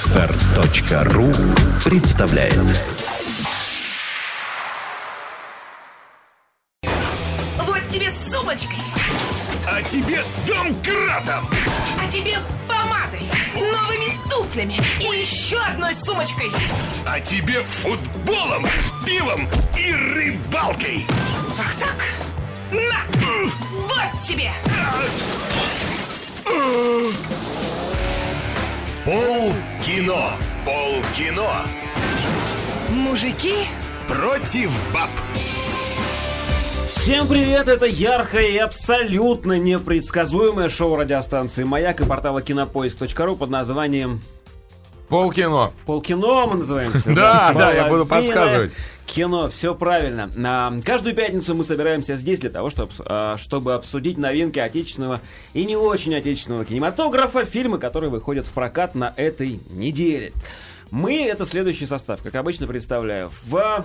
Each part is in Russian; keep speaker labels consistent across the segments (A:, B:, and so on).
A: Отстар.ру представляет
B: Вот тебе с сумочкой,
C: А тебе домкратом!
B: а тебе помадой, новыми туфлями и еще одной сумочкой.
C: А тебе футболом, пивом и рыбалкой!
B: Ах так? На! Вот тебе!
C: Пол кино! Пол кино!
B: Мужики,
C: Против баб!
D: Всем привет! Это яркое и абсолютно непредсказуемое шоу радиостанции «Маяк» и портала «Кинопоиск.ру» под названием
E: Полкино.
D: «Полкино» мы называемся.
E: Да, да, я буду
D: Половина
E: подсказывать.
D: Кино, все правильно. А, Каждую пятницу мы собираемся здесь для того, чтоб- а, чтобы обсудить новинки отечественного и не очень отечественного кинематографа, фильмы, которые выходят в прокат на этой неделе. Мы — это следующий состав, как обычно представляю. В...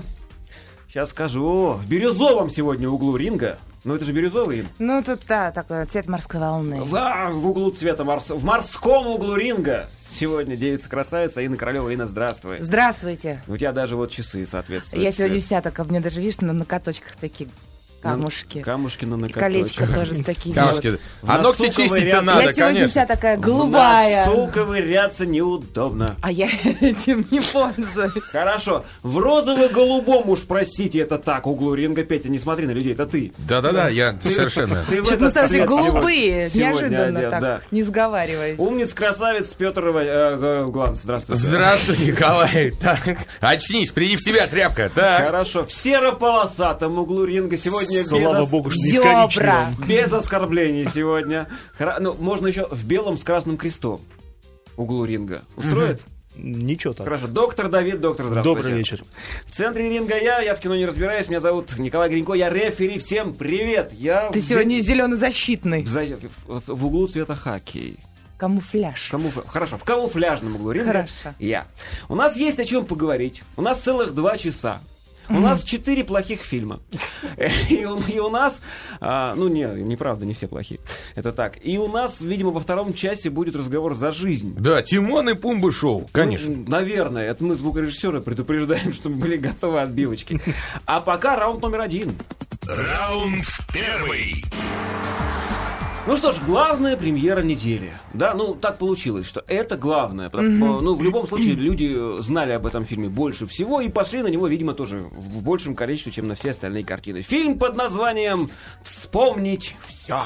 D: Сейчас скажу. В бирюзовом сегодня углу ринга. Ну это же бирюзовый ринг.
F: Ну, тут, да, такой цвет морской волны.
D: В, в углу цвета морс... в морском углу ринга. Сегодня девица красавица Инна Королева. Инна, здравствуй.
F: Здравствуйте.
D: У тебя даже вот часы соответствуют.
F: Я сегодня
D: цвету.
F: вся такая, мне даже, видишь, на, на каточках такие
D: Ну,
F: камушки.
D: На- Камушки на
F: И колечко
D: накаточках.
F: тоже с такими. вот.
E: Камушки.
D: В
E: А ногти
D: носу
E: чистить-то
D: ковыряться.
F: Я
E: надо,
F: сегодня вся
E: конечно.
F: такая голубая.
D: В носу ковыряться неудобно.
F: А я этим не пользуюсь.
D: Хорошо. В розово-голубом уж простите, это так, углу ринга. Петя, не смотри на людей, это ты.
E: Да-да-да, я совершенно.
D: Ты в
F: Что-то мы
D: этот
F: стали
D: цвет сегодня-
F: голубые,
D: сегодня
F: неожиданно
D: одет,
F: так,
D: да.
F: не сговариваясь.
D: Умниц, красавец, Петр Гланс, э, здравствуйте.
E: Здравствуй, Николай. Так, очнись, приди в себя, тряпка. Так.
D: Хорошо, в серо-полосатом углу ринга сегодня без ос-
F: Зебра.
D: Без оскорблений сегодня. Хра- Ну, можно еще в белом с красным крестом. Углу ринга. Устроит?
G: Ничего так.
D: Хорошо. Доктор Давид, доктор, здравствуйте.
G: Добрый вечер.
D: В центре ринга я, я в кино не разбираюсь. Меня зовут Николай Гринько, я рефери. Всем привет! Я
F: Ты
D: в зе-
F: сегодня
D: в
F: зелено-защитный.
D: за- в- в углу цвета хоккей.
F: Камуфляж.
D: Камуфля- Хорошо, в камуфляжном углу ринга
F: Хорошо.
D: я. У нас есть о чем поговорить. У нас целых два часа. У нас четыре плохих фильма. И у, и у нас... а, ну, не, неправда, не все плохие. Это так. И у нас, видимо, во втором часе будет разговор за жизнь.
E: Да, Тимон и Пумба шоу, конечно.
D: Ну, наверное. Это мы звукорежиссера предупреждаем, чтобы были готовы отбивочки. А пока раунд номер один.
C: Раунд первый!
D: Ну что ж, главная премьера недели. Да, ну так получилось, что это главное. потому- Ну, в любом случае, люди знали об этом фильме больше всего и пошли на него, видимо, тоже в большем количестве, чем на все остальные картины. Фильм под названием «Вспомнить все».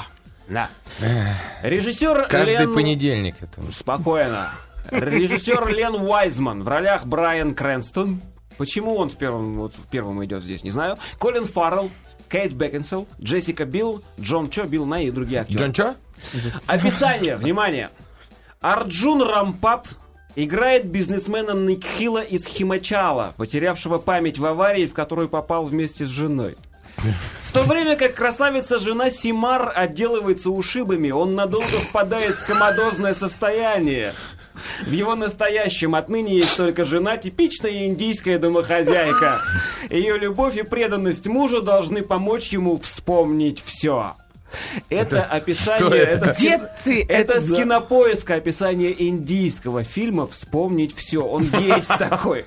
D: Да. Режиссер
E: Каждый
D: Лен-
E: понедельник это.
D: Спокойно. Режиссер Лен Уайзман в ролях Брайан Крэнстон. Почему он в первом, вот, в первом идет здесь, не знаю. Колин Фаррелл, Кейт Бекинсел, Джессика Билл, Джон Чо, Билл Най и другие актеры.
E: Джон, чё?
D: Описание, внимание. Арджун Рампап играет бизнесмена Никхила из Химачала, потерявшего память в аварии, в которую попал вместе с женой. В то время как красавица-жена Симар отделывается ушибами, он надолго впадает в комодозное состояние. В его настоящем отныне есть только жена, типичная индийская домохозяйка. Ее любовь и преданность мужу должны помочь ему вспомнить все. Это,
E: что
D: описание...
E: это?
D: это
F: Где
D: кин-
F: ты
D: Это,
F: это
D: с
F: за-
D: кинопоиска описание индийского фильма «Вспомнить все». Он есть такой.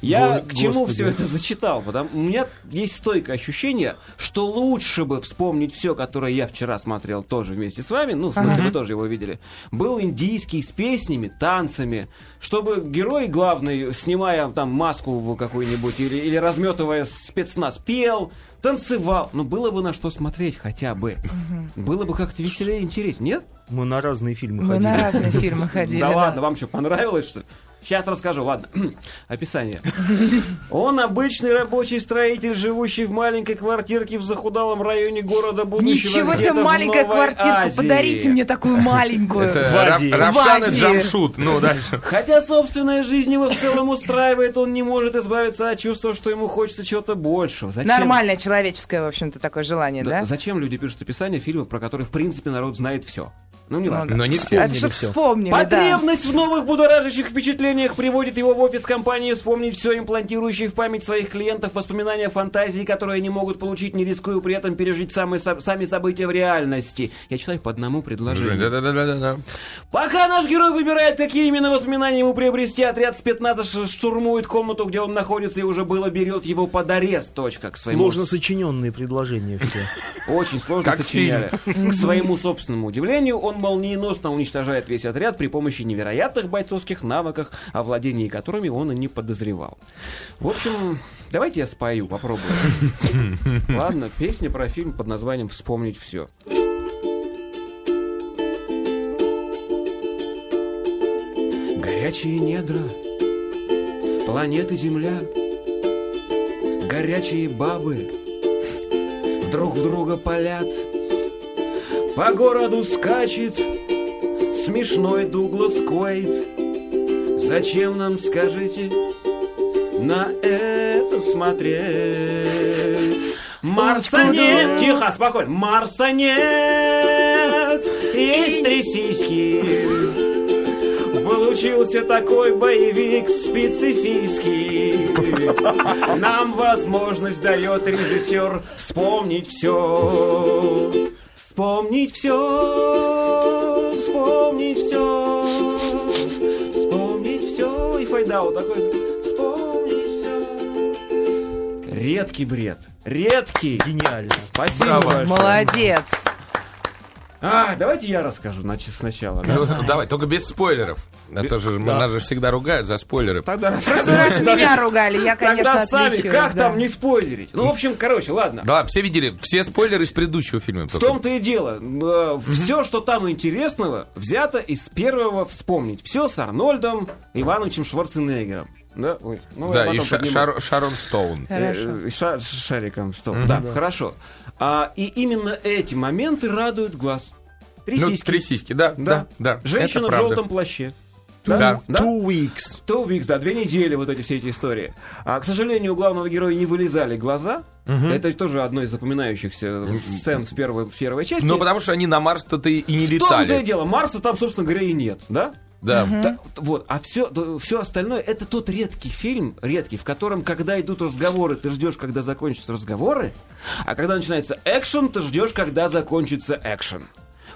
D: Я к чему все это зачитал? Потому у меня есть стойкое ощущение, что лучше бы вспомнить все, которое я вчера смотрел тоже вместе с вами, ну, в смысле, вы тоже его видели, был индийский с песнями, танцами, чтобы герой главный, снимая там маску в какую-нибудь или, или разметывая спецназ, пел, танцевал. Ну, было бы на что смотреть хотя бы. Было бы как-то веселее и интереснее, нет?
G: Мы на разные фильмы
F: Мы
G: ходили.
F: на разные фильмы ходили.
D: Да ладно, вам что, понравилось, что ли? Сейчас расскажу, ладно. Описание. Он обычный рабочий строитель, живущий в маленькой квартирке в захудалом районе города будущего.
F: Ничего себе
D: где-то в
F: маленькая
D: Новой
F: квартирка,
D: Азии.
F: подарите мне такую маленькую.
E: Это
G: В Азии.
E: Ра- Равшан
F: В
E: и
F: Азии.
E: Джамшут. Ну, дальше.
D: Хотя собственная жизнь его в целом устраивает, он не может избавиться от чувства, что ему хочется чего-то большего. Зачем?
F: Нормальное человеческое, в общем-то, такое желание,
D: Да,
F: да?
D: Зачем люди пишут описание фильма, про который, в принципе, народ знает все? Ну, не важно.
E: Но не все.
F: Это А чтоб
G: всё.
F: вспомнили, да.
D: Потребность в новых будоражащих впечатлениях приводит его в офис компании вспомнить все, имплантирующие в память своих клиентов воспоминания фантазии, которые они могут получить, не рискуя при этом пережить самые, со- сами события в реальности. Я читаю по одному предложению.
E: Да-да-да-да-да.
D: Пока наш герой выбирает, какие именно воспоминания ему приобрести, отряд спецназа ш- штурмует комнату, где он находится, и уже было берет его под арест. Точка, к своему...
G: Сложно сочиненные предложения все.
D: Очень сложно
E: Как
D: сочиняли. К своему собственному удивлению, он молниеносно уничтожает весь отряд при помощи невероятных бойцовских навыков, о владении которыми он и не подозревал. В общем, давайте я спою, попробую. Ладно, песня про фильм под названием «Вспомнить все». Горячие недра, планеты Земля, горячие бабы, друг в друга палят. По городу скачет смешной Дуглас Куэйт. Зачем нам, скажите, на это смотреть? Марса нет! Тихо, спокойно. Марса нет! Есть три сиськи. Получился такой боевик специфический. Нам возможность дает режиссер вспомнить все. Вспомнить все, вспомнить все, вспомнить все. И файдау такой. Вспомнить все. Редкий бред. Редкий.
G: Гениально.
D: Спасибо большое.
F: Молодец.
D: А, давайте я расскажу нач- сначала. да?
E: Ну, Давай, только без спойлеров. А то же нас же всегда ругают за спойлеры.
D: Тогда
F: В прошлый раз меня ругали, я, конечно,
D: Тогда сами,
F: отличилась.
D: как
F: да.
D: там не спойлерить? Ну, в общем, короче, ладно.
E: Да, все видели, все спойлеры из предыдущего фильма.
D: В том-то и дело. Все, что там интересного, взято из первого вспомнить. Все с Арнольдом Ивановичем Шварценеггером. Да, ой, ну, я
E: Да, и
D: потом
E: Ша-
D: подниму.
E: Шар- Шарон Стоун.
D: Э,
F: Хорошо.
D: э, ша- с шариком, стоп. Да, хорошо. А, и именно эти моменты радуют глаз. Три
E: Ну,
D: сиськи.
E: три сиськи, да, да, да.
D: Женщина
E: Это
D: в
E: правда.
D: желтом плаще.
E: Да.
G: Two weeks.
D: Two weeks, да, две недели, вот эти все эти истории. А, к сожалению, у главного героя не вылезали глаза. Это тоже одно из запоминающихся сцен с первой, в первой части.
E: Ну, потому что они на Марс-то и не
D: в том-то и
E: летали.
D: дело, Марса там, собственно говоря, и нет, да?
E: Да.
D: Та- вот, а все, все остальное это тот редкий фильм, редкий, в котором, когда идут разговоры, ты ждешь, когда закончатся разговоры, а когда начинается экшен, ты ждешь, когда закончится экшен.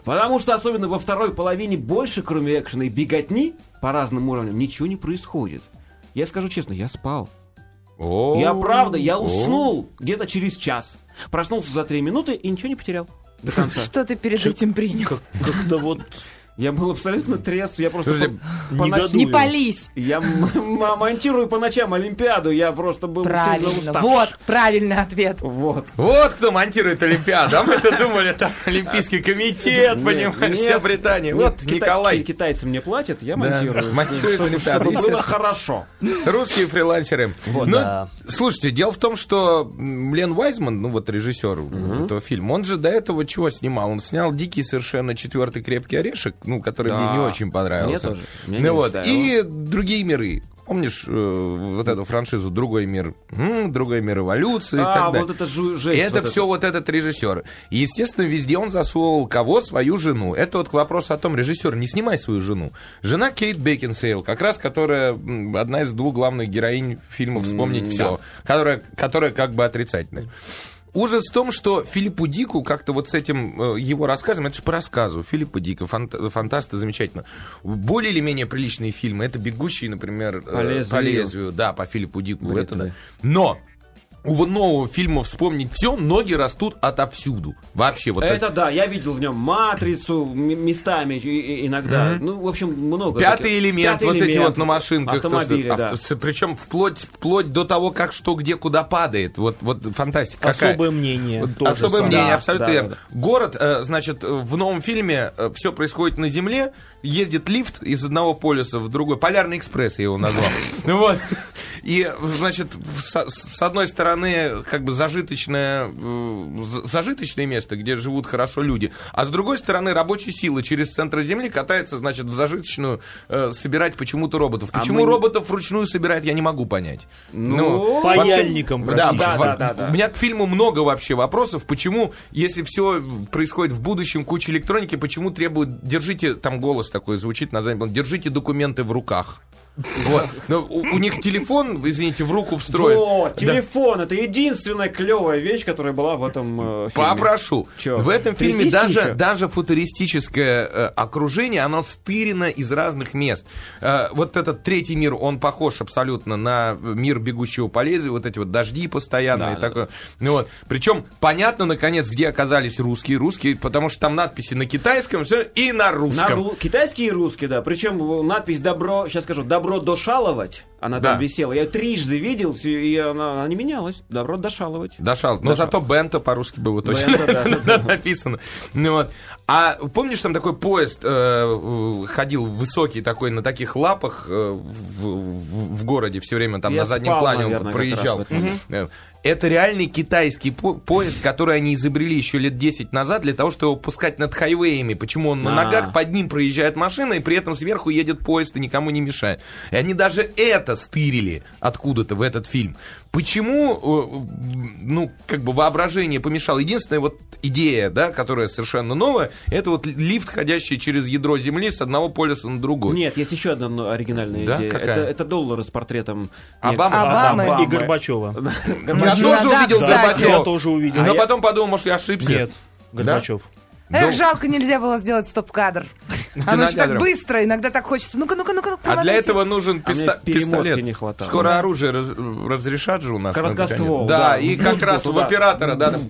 D: Потому что особенно во второй половине больше, кроме экшена и беготни по разным уровням, ничего не происходит. Я скажу честно, я спал.
E: О,
D: Я правда, я
E: о.
D: уснул где-то через час. Проснулся за три минуты и ничего не потерял. До конца.
F: Что ты перед этим принял?
G: Как-то вот
D: Я был абсолютно трезв, я просто...
E: Слушайте,
D: по- по ночам-
F: Не пались.
D: Я м- м- монтирую по ночам Олимпиаду, я просто был сильно
F: Правильно.
D: уставший.
F: Вот, правильный ответ.
D: Вот.
E: Вот кто монтирует Олимпиаду. А мы-то думали, там Олимпийский комитет,
D: Нет,
E: понимаешь,
D: нет,
E: вся Британия.
D: нет,
E: Вот
D: кита-
E: Николай.
D: ки- Китайцы мне платят, я
E: Да,
D: монтирую.
E: монтирует
D: Чтобы-
E: Олимпиаду,
D: чтобы было
E: естественно.
D: хорошо.
E: Русские фрилансеры. ну,
G: да.
E: слушайте, дело в том, что м, Лен Вайзман, ну вот режиссер этого фильма, он же до этого чего снимал? Он снял «Дикий совершенно четвертый крепкий орешек», ну, который
D: Да.
E: мне не очень понравился.
D: Мне тоже. Мне
E: Ну
D: не
E: вот.
D: вставило.
E: И «Другие миры». Помнишь э, вот эту франшизу «Другой мир», м, «Другой мир эволюции» и
D: А,
E: так далее?
D: вот это жу-
E: И
D: жесть.
E: это
D: вот
E: все вот этот режиссер. И, естественно, везде он засовывал кого? Свою жену. Это вот к вопросу о том, режиссер, не снимай свою жену. Жена Кейт Бекинсейл, как раз которая м, одна из двух главных героинь фильма «Вспомнить все», которая, которая как бы отрицательная. Ужас в том, что Филиппу Дику как-то вот с этим э, его рассказом, это же по рассказу Филиппа Дика, фант- фантаста, замечательно. Более или менее приличные фильмы, это «Бегущий», например, э,
D: По лезвию.
E: да, по Филиппу Дику.
D: Бред,
E: это да.
D: да.
E: Но у в- нового фильма «Вспомнить все» ноги растут отовсюду. Вообще вот
D: это.
E: это...
D: Это да, я видел в нем матрицу м- местами и- и- иногда. Ну, в общем, много.
E: Пятый
D: таких.
E: элемент,
D: Пятый
E: вот эти
D: элемент,
E: вот на машинках.
D: Автомобили, да.
E: Причем вплоть, вплоть до того, как что, где, куда падает. Вот, вот фантастика какая.
G: особое мнение.
E: Вот
G: тоже
E: Особое
G: самое.
E: мнение,
D: Да,
E: абсолютно
D: да,
E: верно.
D: да,
E: Город, э, значит, э, в новом фильме все происходит на Земле, ездит лифт из одного полюса в другой. Полярный экспресс я его назвал. Вот. И, значит, в- со- с одной стороны, как бы зажиточное, э, з- зажиточное место, где живут хорошо люди, а с другой стороны, рабочая сила через центр земли катается, значит, в зажиточную э, собирать почему-то роботов.
D: А
E: Почему
D: мы не-
E: роботов вручную собирать, я не могу понять.
D: Ну,
E: вообще-
G: паяльником
E: да,
G: практически.
E: во-
D: Да, да, да.
E: У меня к фильму много вообще вопросов. Почему, если все происходит в будущем, куча электроники, почему требуют... Держите, там голос такой звучит на заднем плане, держите документы в руках. Вот. Но у, у них телефон, извините, в руку встроен.
D: Во,
E: Да.
D: телефон это единственная клевая вещь, которая была в этом э, фильме.
E: Попрошу.
D: Чё?
E: В этом фильме
D: Трясись
E: даже,
D: еще?
E: даже футуристическое э, окружение, оно стырено из разных мест. Э, вот этот третий мир, он похож абсолютно на э, мир бегущего по лезвию, вот эти вот дожди постоянные. такое. Ну вот. Причем понятно, наконец, где оказались русские. Русские, потому что там надписи на китайском всё, и
D: На
E: на русском.
D: ру- Китайские и русские, да. Причем э, надпись «Добро», сейчас скажу, «Добро дошаловать», она
E: Да.
D: там висела. Я её трижды видел, и- и она, она не менялась. «Добро дошаловать».
E: Дошал. Но
D: Дошал.
E: Ну, зато Бента по-русски было точно
D: Бента, да, да,
E: написано. Ну вот. А помнишь, там такой поезд э, э, ходил высокий такой на таких лапах э, в, в- в городе все время там
D: Я
E: на заднем
D: спал,
E: плане
D: наверное,
E: он
D: как раз
E: проезжал.
D: в этот момент.
E: Мгм. Это реальный китайский по- поезд, который они изобрели еще лет 10 назад для того, чтобы его пускать над хайвеями. Почему он на
D: А.
E: ногах, под ним проезжает машина, и при этом сверху едет поезд и никому не мешает. И они даже это стырили откуда-то в этот фильм. Почему, э, ну, как бы воображение помешало? Единственная вот идея, да, которая совершенно новая, это вот лифт, ходящий через ядро Земли с одного полюса на другой.
D: Нет, есть еще одна ну, оригинальная
E: Да?
D: идея.
E: Какая?
D: Это, это доллары с портретом
E: Обамы.
F: Обамы.
G: И Горбачева.
E: Я
F: Можно
E: тоже
F: назад,
E: увидел
F: кстати.
E: Горбачева.
G: Я тоже увидел.
E: Но
G: А я-
E: потом подумал, может, я ошибся.
G: Нет, Горбачев.
E: Да.
F: Эх, жалко, нельзя было сделать стоп-кадр. Оно же так
E: нагадривал.
F: быстро, иногда так хочется. Ну-ка, ну-ка, ну-ка, ну-ка,
E: А для
F: промотайте.
E: этого нужен
D: А мне
E: писта-
D: перемотки
E: пистолет.
D: не хватало.
E: Скоро оружие раз- разрешат же у нас.
D: Короткоствол,
E: наконец. Да,
D: да.
E: и как
D: Дудку
E: раз у
D: туда.
E: оператора, да. там,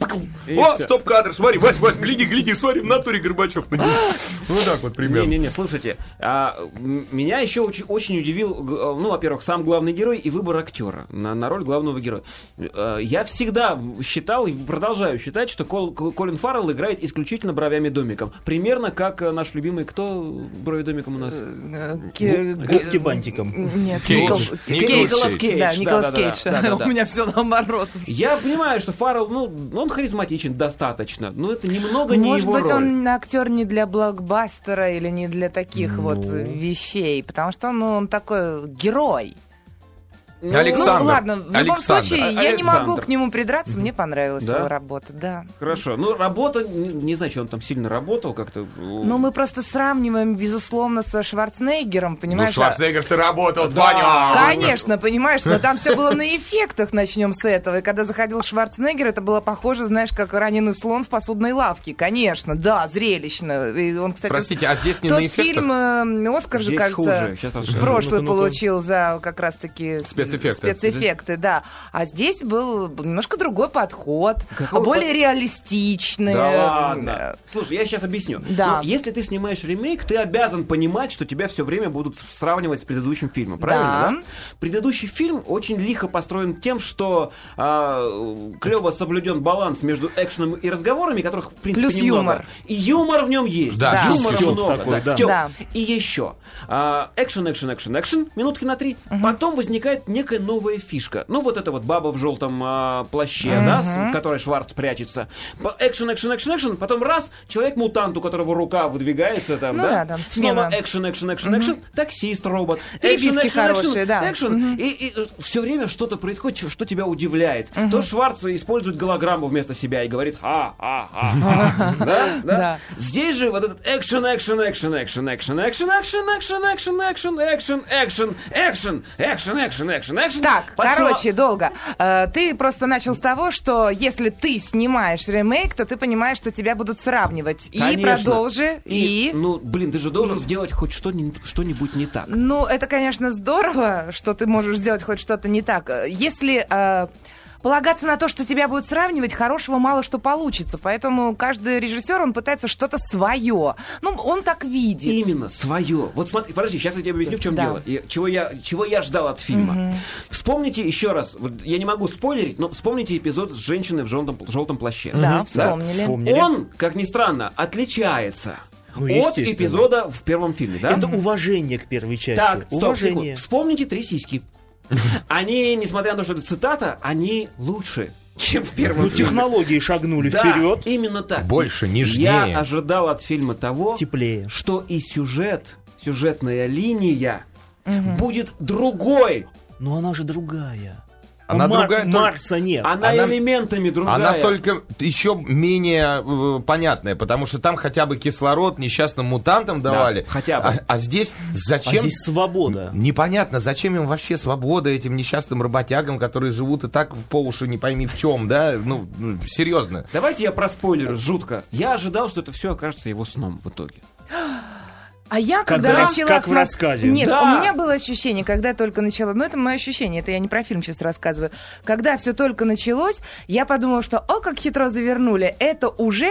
D: И
E: О,
D: всё.
E: стоп-кадр, смотри, Вась, Вась, гляди, гляди, смотри, в натуре Горбачев на Ну так вот примерно.
D: Не-не-не, слушайте, а, м- меня еще очень, очень удивил, г- э, ну, во-первых, сам главный герой и выбор актера на, на роль главного героя. Э, Я всегда считал и продолжаю считать, что Кол- К- Колин Фаррелл играет исключительно бровями домиком. Примерно как э, наш любимый, кто брови домиком у нас?
F: Э, Ке-
G: Губки бантиком.
F: Нет,
E: Кейдж.
F: Никол-
E: Николас
D: Николас
E: Кейдж.
D: Кейдж.
F: Да, Николас
D: да-да-да.
F: Кейдж.
D: Да-да-да.
F: У меня все наоборот.
D: Я понимаю, что Фаррелл, ну, он харизматичен достаточно, но это немного не
F: Может
D: его
F: быть,
D: роль.
F: он актер не для блокбастера или не для таких вот
G: Ну.
F: вещей, потому что ну, он такой герой.
D: Ну,
E: Александр.
F: Ну ладно, в любом
E: Александр.
F: случае, я не
D: Александр.
F: могу к нему придраться, мне понравилась
D: Да?
F: его работа, да.
D: Хорошо, ну, работа, не, не знаю, что он там сильно работал как-то.
F: Но мы просто сравниваем, безусловно, со Шварценеггером,
E: Ну,
F: понимаешь? а-
E: Шварценеггер, ты работал, понятно.
F: Конечно, понимаешь, но там все было на эффектах, начнем с этого. И когда заходил Шварценеггер, это было похоже, знаешь, как раненый слон в посудной лавке. Конечно, да, зрелищно. И он, кстати,
E: Простите, а здесь не
F: тот
E: на эффектах?
F: фильм э, Оскар же,
D: Здесь
F: кажется,
D: хуже. Сейчас расскажу.
F: прошлый
G: Ну-ка, ну-ка.
F: получил за как раз-таки
E: Спецэффекты.
F: спецэффекты, да. А здесь был немножко другой подход,
D: Какой
F: более
D: под-
F: реалистичный.
D: Да
F: э,
D: ладно. Слушай, я сейчас объясню.
F: Да.
D: Ну, если ты снимаешь ремейк, ты обязан понимать, что тебя все время будут с- сравнивать с предыдущим фильмом, правильно?
F: Да.
D: да? Предыдущий фильм очень лихо построен тем, что клево соблюден баланс между экшеном и разговорами, которых в принципе
F: Плюс
D: немного.
F: юмор.
D: И юмор в нем есть.
E: Да,
D: юмора
G: стёб
D: много.
G: такой, да.
D: стёб.
F: Да.
D: И еще. а, экшен, экшен, экшен, экшен. Минутки на три. Потом возникает некая новая фишка. Ну, вот эта вот баба в желтом а, плаще, да, с- в которой Шварц прячется. По- Экшен, экшен, экшен, экшен. Потом раз, человек-мутант, у которого рука выдвигается там,
F: Ну да, там смена.
D: Снова экшен, экшен, экшен, экшен. Таксист-робот.
F: Перебивки хорошие, да.
D: Экшен. И, все время что-то происходит, чё- что тебя удивляет. То Шварц использует голограмму вместо себя и говорит а а а а». Да?
F: Да.
D: Да? Здесь же вот этот экшен, экшен, экшен, экшен, экшен, экшен, экшен, экшен, экшен, экшен, экшен, экшен, экшен, экшен, экшен, экшен, экшен.
F: Так,
D: Подсыла-
F: короче, долго. Э, Ты просто начал с того, что если ты снимаешь ремейк, то ты понимаешь, что тебя будут сравнивать. И
D: Конечно.
F: продолжи, и...
D: Ну, блин, ты же должен сделать хоть что-нибудь что-нибудь не так.
F: Ну, это, конечно, здорово, что ты можешь сделать хоть что-то не так. Э, Если э, полагаться на то, что тебя будут сравнивать, хорошего мало что получится. Поэтому каждый режиссер, он пытается что-то свое. Ну, он так видит.
D: Именно свое. Вот смотри, подожди, сейчас я тебе объясню, в чем
F: Да.
D: дело. И чего, я, чего я ждал от фильма. Вспомните еще раз, вот я не могу спойлерить, но вспомните эпизод с женщиной в желтом, желтом плаще.
F: Да, вспомнили.
G: Вспомнили.
D: Он, как ни странно, отличается
G: Ну,
D: от
G: естественно.
D: эпизода в первом фильме. Да?
G: Это уважение к первой части.
D: Так, стоп, секунду.
G: уважение.
D: Вспомните три сиськи. Они, несмотря на то, что это цитата, они лучше, чем в первом
G: Ну,
D: фильме.
G: технологии шагнули
D: Да,
G: вперед.
D: именно так.
E: Больше,
D: И
E: нежнее.
D: Я ожидал от фильма того,
G: Теплее.
D: что и сюжет, сюжетная линия будет другой.
G: Но она же другая. А
E: Она
G: У Мар-
E: другая только-
G: Марса нет.
D: Она,
E: Она-
D: элементами другая.
E: Она только еще менее э, понятная, потому что там хотя бы кислород несчастным мутантам давали.
D: хотя бы.
E: А, а здесь
G: А
E: зачем?
G: здесь свобода.
E: Непонятно, зачем им вообще свобода этим несчастным работягам, которые живут и так по уши не пойми в чем, да? Ну, ну, серьезно.
D: Давайте я проспойлерю жутко. Я ожидал, что это все окажется его сном в итоге.
F: А я, когда
G: Когда-
F: начала...
G: как в
F: смо-
G: рассказе.
F: Нет,
D: Да.
F: у меня было ощущение, когда я только начала... Ну, это мое ощущение, это я не про фильм сейчас рассказываю. Когда все только началось, я подумала, что, о, как хитро завернули, это уже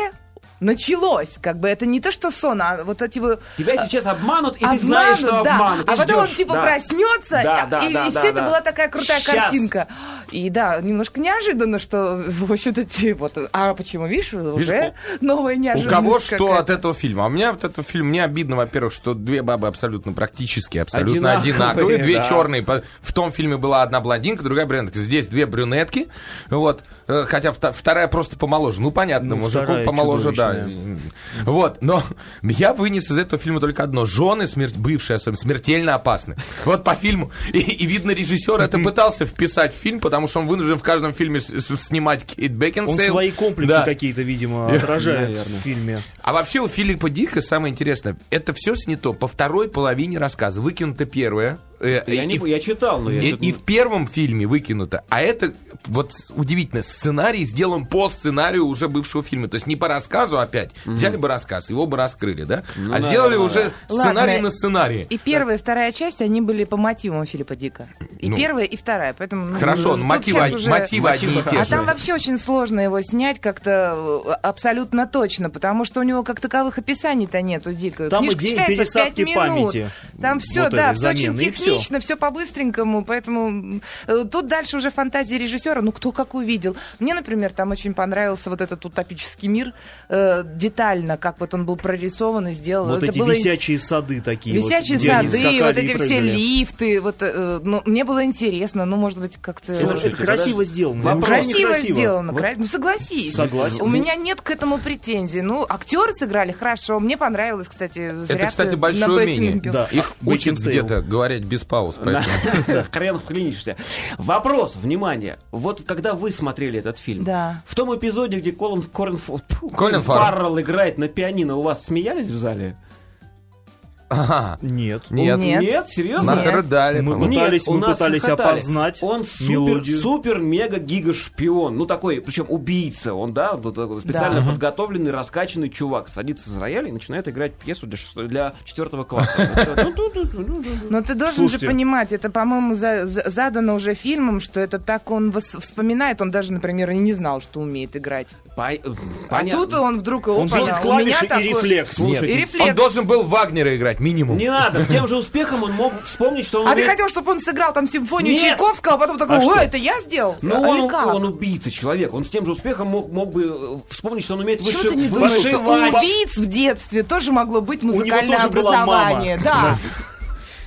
F: началось. Как бы это не то, что сон, а вот эти вот...
D: Тебя сейчас обманут, и
F: А, обманут,
D: ты знаешь, что
F: да.
D: обманут. и
F: А потом он
D: ждёшь.
F: типа
D: Да.
F: проснется,
D: Да,
F: и-
D: да,
F: и,
D: да, да,
F: все это
D: да.
F: была такая крутая
D: Щас.
F: картинка. И да, немножко неожиданно, что в общем-то ти- вот, а почему, видишь, уже новая
E: У
F: неожиданность.
E: кого что
F: какая-то.
E: от этого фильма? А у меня от этого фильма, мне обидно, во-первых, что две бабы абсолютно практически, абсолютно
D: Одинаковые,
E: одинаковые, две
D: да.
E: черные. По- В том фильме была одна блондинка, другая брюнетка. Здесь две брюнетки, вот, Э, хотя вта- вторая просто помоложе. Ну, понятно,
G: Ну,
E: мужику
G: вторая
E: помоложе, да.
G: чудовищная.
E: Вот, но я вынес из этого фильма только одно. Жены, смер- бывшие особенно, смертельно опасны. Вот по фильму. И, и видно, режиссер это пытался вписать в фильм, потому что он вынужден в каждом фильме с- с- снимать Кейт Бекинсейл.
G: Он свои комплексы
E: Да.
G: какие-то, видимо, отражает
D: Наверное.
G: в фильме.
E: А вообще у Филиппа Дика самое интересное, это все снято по второй половине рассказа. Выкинуто первое. э,
D: Я, не-
E: и, в-
D: я читал, но я...
E: и-
D: тут-
E: и в первом фильме выкинуто. А это вот с- удивительно, сценарий сделан по сценарию уже бывшего фильма. То есть не по рассказу опять. Взяли бы рассказ, его бы раскрыли, да? а
D: Ну да,
E: сделали
D: да, да,
E: уже
F: да.
E: сценарий
F: Ладно.
E: на сценарии.
F: И первая и вторая часть, они были по мотивам Филиппа Дика. И
E: Ну.
F: первая, и вторая. Поэтому, ну,
E: Хорошо,
F: тут
E: мотивы,
F: сейчас
E: од-
F: уже-
E: мотивы одни и те
F: А
E: же.
F: там вообще очень сложно его снять как-то э, абсолютно точно, потому что у него как таковых описаний-то нету дико.
G: Там
F: Книжка
G: идея
F: читается в
G: пересадки
F: пять минут.
G: памяти.
F: Там все,
G: Вот
F: да,
G: этой
F: все очень
G: замены, и всё.
F: технично, все по-быстренькому, поэтому э, тут дальше уже фантазия режиссера, ну кто как увидел. Мне, например, там очень понравился вот этот утопический мир э, детально, как вот он был прорисован и сделан.
G: Вот
F: Это
G: эти
F: было и-
G: висячие сады такие. вот,
F: Висячие
G: где они
F: сады,
G: скакали
F: вот
G: и
F: эти все
G: прыгали.
F: лифты, вот, э, ну, мне было интересно, ну, может быть, как-то...
G: Это
D: Слушайте,
G: красиво сделано. Неужели
F: Красиво
G: некрасиво?
F: сделано, кра- ну согласись.
G: Согласен. Ну.
F: У меня нет к этому претензий. Ну, актеры сыграли хорошо, мне понравилось, кстати, зря
E: Это, кстати,
F: ты
E: большое
F: на Бессине
E: умение.
F: бил.
G: Да.
E: Их учат
G: Бекинсейл.
E: где-то говорить без пауз.
D: Да,
E: поэтому.
D: Хрен вклинишься. Вопрос, внимание. Вот когда вы смотрели этот фильм,
F: Да.
D: в том эпизоде, где Колин, Корн- фу, тьфу,
E: Колин Фаррелл.
D: Фаррелл играет на пианино, у вас смеялись в зале?
E: Ага.
G: Нет.
E: Нет.
F: Нет.
D: Нет, серьезно?
E: Нас рыдали,
G: Мы
E: по-моему.
D: Ну, Нет,
G: пытались-
D: у
G: мы
D: нас
G: пытались
D: хохотали.
G: опознать
D: Он супер,
G: мелодию.
D: супер, мега, гига шпион. Ну такой, причем убийца. Он, да, вот такой специально подготовленный, раскачанный чувак. Садится за рояль и начинает играть пьесу для, шестой- для четвертого класса.
F: Но ты должен
G: Слушайте.
F: же понимать, это, по-моему, за- за- задано уже фильмом, что это так он вос- вспоминает, он даже, например, и не знал, что умеет играть.
D: Пой- э,
F: А
D: понятно.
F: тут он вдруг...
G: Он
F: опа,
G: видит
F: Ну, у меня
G: клавиши и
F: такой-
G: рефлекс.
E: Нет.
G: Слушайте.
F: И рефлекс.
E: Он должен был Вагнера играть, минимум.
D: Не надо, с тем же успехом он мог вспомнить, что он...
F: А ты
D: умеет-
F: хотел, чтобы он сыграл там симфонию
D: Нет.
F: Чайковского, а потом такой,
G: А
F: о,
G: что?
F: это я сделал? А
D: Ну,
F: Или
D: он,
F: как?
D: он убийца, человек. Он с тем же успехом мог, мог бы э, вспомнить, что он умеет
F: Почему
D: выши-
F: ты не думаешь, что у
D: вышивать.
F: убийц в детстве тоже могло быть
G: него
F: музыкальное
G: тоже была
F: образование? Да.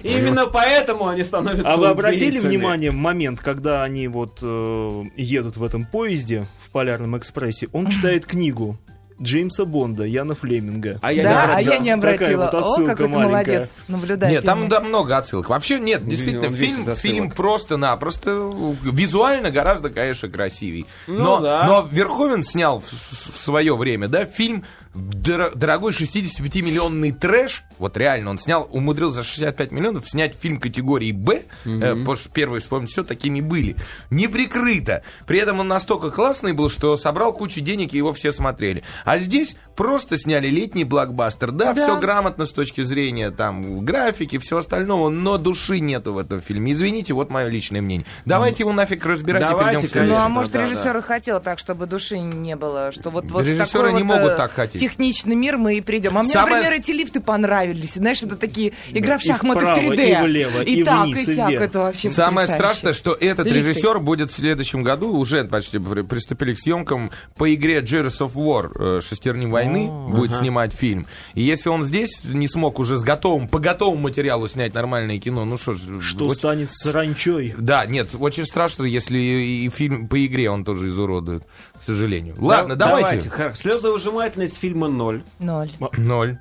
D: Именно поэтому они становятся
G: А вы обратили
D: убийцами.
G: внимание момент, когда они вот э, едут в этом поезде в Полярном экспрессе, он читает книгу Джеймса Бонда, Яна Флеминга.
D: А я
F: Да,
D: не
F: а я
G: обратила.
F: не обратила.
G: Такая вот
F: О, какой ты
G: отсылка маленькая.
F: молодец, наблюдатель. Ну,
E: Нет, там да, много отсылок. Вообще нет, действительно,
D: он весь
E: фильм,
D: из отсылок.
E: фильм просто-напросто э, визуально гораздо, конечно, красивей. но,
D: Ну да.
E: но Верховен снял в, свое время, да, фильм дор- дорогой 65-миллионный трэш. Вот реально, он снял, умудрился за 65 миллионов снять фильм категории Б, э, потому что первые, вспомните, все такими были. Не прикрыто. При этом он настолько классный был, что собрал кучу денег, и его все смотрели. А здесь просто сняли летний блокбастер. Да, все грамотно с точки зрения там графики, всего остального, но души нету в этом фильме. Извините, вот мое личное мнение. Давайте его нафиг разбирать и
D: Давайте,
E: перейдем к
F: Ну,
E: следующему.
D: конечно,
F: а может,
D: да,
F: режиссер и хотел так, чтобы души не было, что вот, вот в
E: Режиссеры
F: такой
E: не
F: вот, э,
E: могут так хотеть.
F: техничный мир мы и придем. А мне,
E: Самое-
F: например, эти лифты понравились. Знаешь, это такие игра в
G: и
F: шахматы в
G: вправо,
F: 3D.
G: и влево, и
F: так,
G: вниз,
F: и
G: и
F: сяк.
G: вверх.
F: Это вообще
E: Самое
F: потрясающе.
E: страшное, что этот
F: Лифты.
E: режиссер будет в следующем году, уже почти при- приступили к съемкам по игре Gears of War, э, шестерни войны. войны будет снимать фильм. И если он здесь не смог уже с готовым, по готовому материалу снять нормальное кино, ну что ж...
G: Что
E: очень-
G: станет с ранчой?
E: Да, нет, очень страшно, если и фильм по игре он тоже изуродует, к сожалению. Ладно,
D: Да-
E: давайте.
D: хор- Слезовыжимательность фильма ноль.
F: Ноль.
E: Ноль.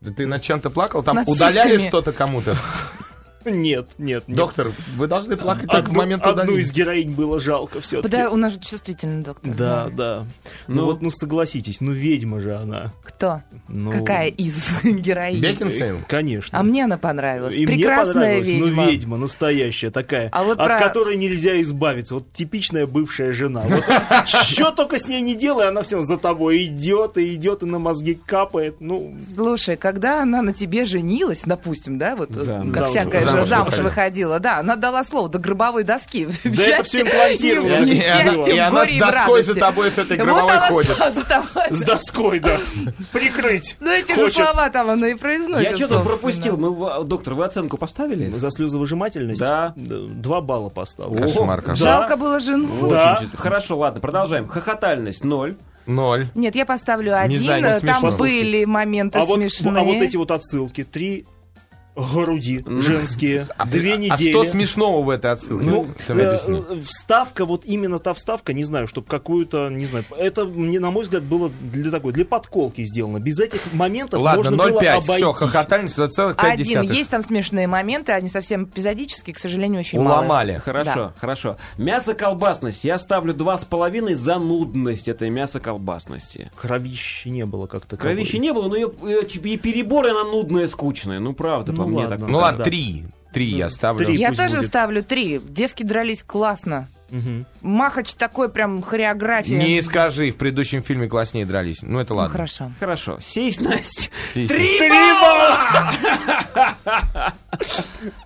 E: Да Ты над чем-то плакал? Там
F: Над
E: удаляли
F: сиськами.
E: что-то кому-то?
G: Нет, нет, нет.
E: Доктор, вы должны плакать только в
G: Одну,
E: момент
G: одну из
E: удаления.
G: героинь было жалко все-таки.
F: Подай- у нас же чувствительный доктор.
G: Да, да. Ну
D: Ну.
G: вот, ну согласитесь, ну ведьма же она.
F: Кто?
G: Ну,
F: Какая из героинь?
E: Бекинсейл?
G: э, Конечно.
F: А мне она понравилась.
G: И мне
F: Прекрасная
G: понравилась,
F: ведьма.
G: ну ведьма настоящая такая,
F: А вот
G: от
F: про-
G: которой нельзя избавиться. Вот типичная бывшая жена. Вот что только с ней не делай, она все за тобой идет и идет и на мозги капает. Ну,
F: Слушай, когда она на тебе женилась, допустим, да, вот э,
D: Замуж.
F: как
G: Замуж.
F: всякая же
E: Замуж
F: замуж
E: выходила.
F: выходила, да, она дала слово до гробовой доски. В
G: Да это
F: счастье
G: всё имплантировано.
F: и в
G: И
F: несчастье,
E: она- Э, и
F: в
E: она
F: Ну,
E: с
F: горе, и в
E: доской
F: радости.
E: за тобой с этой
F: Вот
E: гробовой
F: она
E: ходит.
F: стала за тобой.
G: с доской, да. Прикрыть.
F: Ну, эти же
G: Хочет.
F: слова там она и произносит.
D: Я что-то
F: собственно.
D: пропустил. Мы, в- а, доктор, вы оценку поставили?
G: За слезовыжимательность?
D: Да.
G: Два балла поставлю.
E: Кошмар,
D: О,
E: кошмар.
F: Жалко было жену.
D: Очень
G: Да. А
D: чувствую. Хорошо, ладно, продолжаем. Хохотальность ноль.
E: Ноль.
F: Нет, я поставлю один. э,
E: знаю, не
F: Там
E: смешно.
F: были моменты
G: А вот,
F: смешные.
G: а вот эти вот отсылки. Три груди
D: Ну.
G: женские.
E: А-
G: Две
E: а-
G: недели.
E: А что смешного в этой отсылке?
G: Ну,
E: Давай
G: э,
E: объясни.
G: э, вставка, вот именно та вставка, не знаю, чтобы какую-то, не знаю, это, мне, на мой взгляд, было для такой, для подколки сделано. Без этих моментов
E: Ладно,
G: ну, можно было
E: 0,5.
G: обойтись.
E: Все, хохотальница за целых пять
F: Один.
E: десятых.
F: Есть там смешные моменты, они совсем эпизодические, к сожалению, очень мало.
E: Уломали.
D: Хорошо, хорошо. Мясо-колбасность. Я ставлю два с половиной за нудность этой мясо-колбасности.
G: Кровищи не было как-то.
D: Кровищи не было, но ее, переборы, она нудная, скучная. Ну, правда, по
G: Ну,
D: мне
G: ладно.
D: так.
E: Ну ладно,
G: Да.
E: три. Три я ставлю.
G: Три.
F: Я
G: пусть
F: тоже
G: будет.
F: ставлю три. Девки дрались классно. Махач такой прям хореография.
E: Не скажи, в предыдущем фильме класснее дрались. Ну это
F: Ну,
E: ладно.
F: Хорошо.
D: Хорошо. Сесть, Настя.
E: Сиси.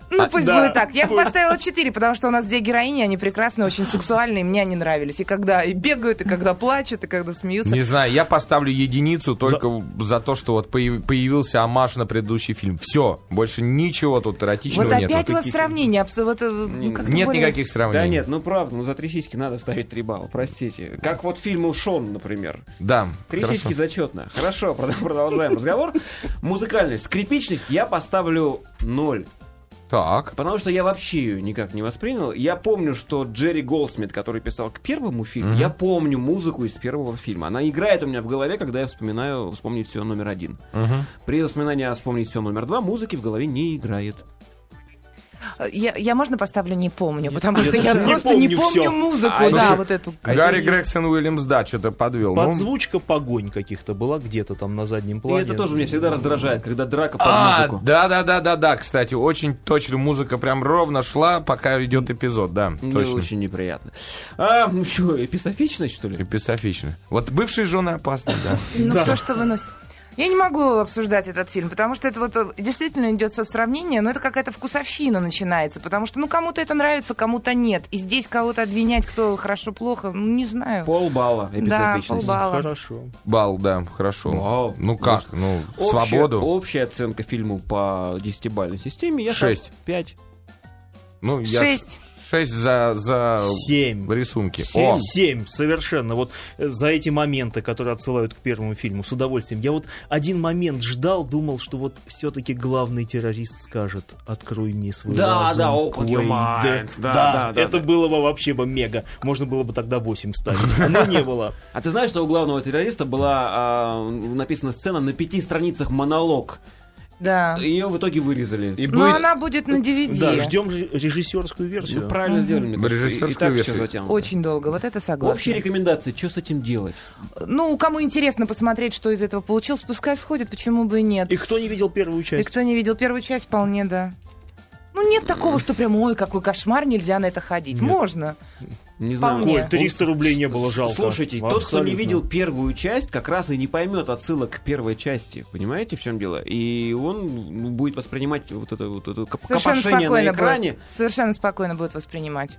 F: Ну, пусть
G: да,
F: будет так. Я бы
G: пусть.
F: поставила 4, потому что у нас две героини, они прекрасные, очень сексуальные, и мне они нравились. И когда и бегают, и когда плачут, и когда смеются.
E: Не знаю, я поставлю единицу только за, то, что вот появ- появился амаш на предыдущий фильм. Все, больше ничего тут эротичного
F: Вот
E: нет. ну
F: опять у вас сравнение. абсо- вот, э, ну, как-то
E: Нет
F: более-
E: никаких сравнений.
D: Да нет, ну правда, ну за три сиськи надо ставить три балла, простите. Как вот фильму Шон, например.
E: Да,
D: Три
E: хорошо.
D: сиськи зачетно. Хорошо, прод- продолжаем разговор. Музыкальность, скрипичность я поставлю ноль.
E: Так.
D: Потому что я вообще ее никак не воспринял. Я помню, что Джерри Голдсмит, который писал к первому фильму, я помню музыку из первого фильма. Она играет у меня в голове, когда я вспоминаю «Вспомнить все номер один». При воспоминании о «Вспомнить все номер два» музыки в голове не играет.
F: Э, Я, я можно поставлю «не помню», потому что я
G: не
F: просто не
G: помню
F: помню
G: всё.
F: музыку.
E: А,
F: Да,
E: слушай,
F: вот эту.
E: Гарри Грегсон Уильямс, да, что-то подвел. Ну,
G: Подзвучка погонь каких-то была где-то там на заднем
D: И
G: плане.
D: это тоже меня всегда раздражает, когда драка под
E: а,
D: музыку.
E: да, да, да, да, да, кстати, очень точно музыка прям ровно шла, пока идет эпизод, да,
D: Мне
E: точно.
D: очень неприятно. А, ну что, эписофичность, что ли?
E: Эписофично. Вот бывшие жены опасны, да.
F: Ну, все, что выносит. Я не могу обсуждать этот фильм, потому что это вот э, действительно идет со сравнение, но это какая-то вкусовщина начинается, потому что ну кому-то это нравится, кому-то нет. И здесь кого-то обвинять, кто хорошо, плохо, ну не знаю.
D: Полбалла
F: да,
D: эписофичность.
F: полбалла.
G: Хорошо.
E: Бал, да, хорошо.
D: Вау.
E: Ну как, ну,
D: Общая-
E: свободу.
D: Общая оценка фильму по десятибалльной системе. Я
E: Шесть.
D: 5.
E: Ну, я ш-
F: Шесть.
E: Шесть за, за
G: Семь.
E: рисунки.
G: Семь,
E: О,
G: семь, совершенно. Вот э, за эти моменты, которые отсылают к первому фильму, с удовольствием. Я вот один момент ждал, думал, что вот все-таки главный террорист скажет, открой мне свой
D: Да,
G: разум,
D: да, open your
G: Куэйд».
D: mind. Да, да, да,
G: это
D: да.
G: было бы вообще бы мега. Можно было бы тогда 8 ставить, а но не было.
D: А ты знаешь, что у главного террориста была а, написана сцена на пяти страницах монолог.
F: Да.
D: Ее в итоге вырезали.
E: И
F: Но
E: будет...
F: она будет на DVD.
G: Да, ждем же режиссерскую версию.
D: Ну, правильно сделали, мне кажется. И- И
E: Режиссерскую
D: так все
E: версию.
D: затянуто.
F: Очень долго, вот это согласна.
D: Общие рекомендации, что с этим делать?
F: Ну, кому интересно посмотреть, что из этого получилось, пускай сходит, почему бы и нет.
G: И кто не видел первую
F: И
G: часть?
F: кто не видел первую часть, вполне да. Ну, нет такого, что прям, ой, какой кошмар, нельзя на это ходить. Можно.
D: Не
F: Вполне.
D: Он-
G: 300 рублей не было
D: С-
G: жалко.
D: Слушайте, тот, кто не
G: Абсолютно.
D: видел первую часть, как раз и не поймет отсылок к первой части. Понимаете, в чем дело? И он ну, будет воспринимать вот это вот это коп-
F: Совершенно
D: копошение на
F: спокойно
D: экране.
F: будет. Совершенно спокойно будет воспринимать.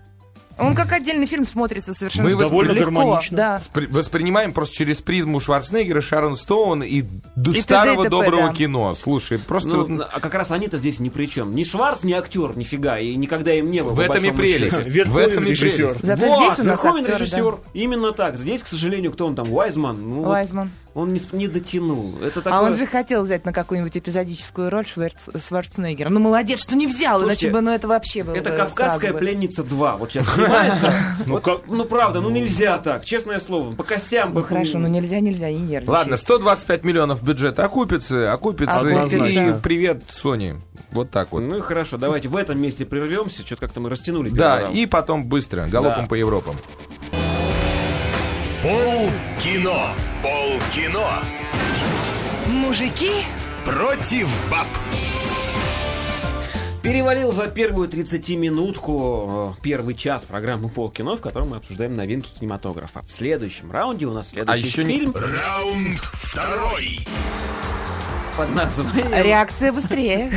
F: Он как отдельный фильм смотрится совершенно
E: Мы
F: спокойно.
E: довольно
F: легко.
G: гармонично.
F: Да.
E: спри- воспринимаем просто через призму Шварценеггера, Шарон Стоун и, д-
F: т.д. и
E: старого
F: т.п.,
E: доброго
F: да.
E: кино. Слушай, просто
D: Ну,
E: вот
D: а как раз они-то здесь ни при чем. Ни Шварц, ни актер, нифига. И никогда им не было.
E: в
D: по
E: этом и
D: большому счету.
E: прелесть. В
G: Верховен
E: этом и
G: режиссер.
E: прелесть.
F: Зато
D: Вот,
F: здесь у нас
D: Верховен
F: актеры, да.
D: режиссер. Именно так. Здесь, к сожалению, кто он там? Уайзман. Ну, вот
F: Уайзман.
D: Он не, с- не дотянул. Это такое...
F: А он же хотел взять на какую-нибудь эпизодическую роль Шварц... Шварценеггера. Ну, молодец, что не взял,
D: Слушайте,
F: иначе бы, ну, это вообще было
D: Это
F: бы
D: «Кавказская
F: сразу бы.
D: пленница 2». Вот сейчас снимается.
G: Ну, как-
D: Ну правда, ну нельзя так, честное слово. По костям
F: Ну,
D: бы...
F: хорошо, ну, нельзя, нельзя, и нервничать.
E: Ладно, 125 миллионов бюджета окупится, окупится.
F: Окупится.
E: И привет, Sony. Вот так вот.
D: Ну и хорошо, давайте в этом месте прервемся. Что-то как-то мы растянули.
E: Да,
D: первый
E: и потом быстро, галопом
D: Да.
E: по Европам.
C: Пол кино. Пол кино.
B: Мужики
C: Против баб.
D: Перевалил за первую 30-минутку э, первый час программы «Полкино», в котором мы обсуждаем новинки кинематографа. В следующем раунде у нас следующий
E: еще А не-
D: фильм
C: Раунд второй.
D: под названием...
F: Реакция быстрее.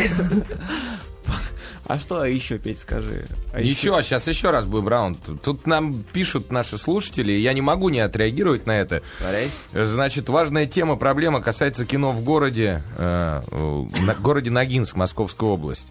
D: А что еще, Петь, скажи? А еще-
E: Ничего, сейчас еще раз будем раунд. Тут нам пишут наши слушатели, и я не могу не отреагировать на это.
D: Повторяй.
E: Значит, важная тема, проблема касается кино в городе, э, э, на- городе Ногинск, Московская область.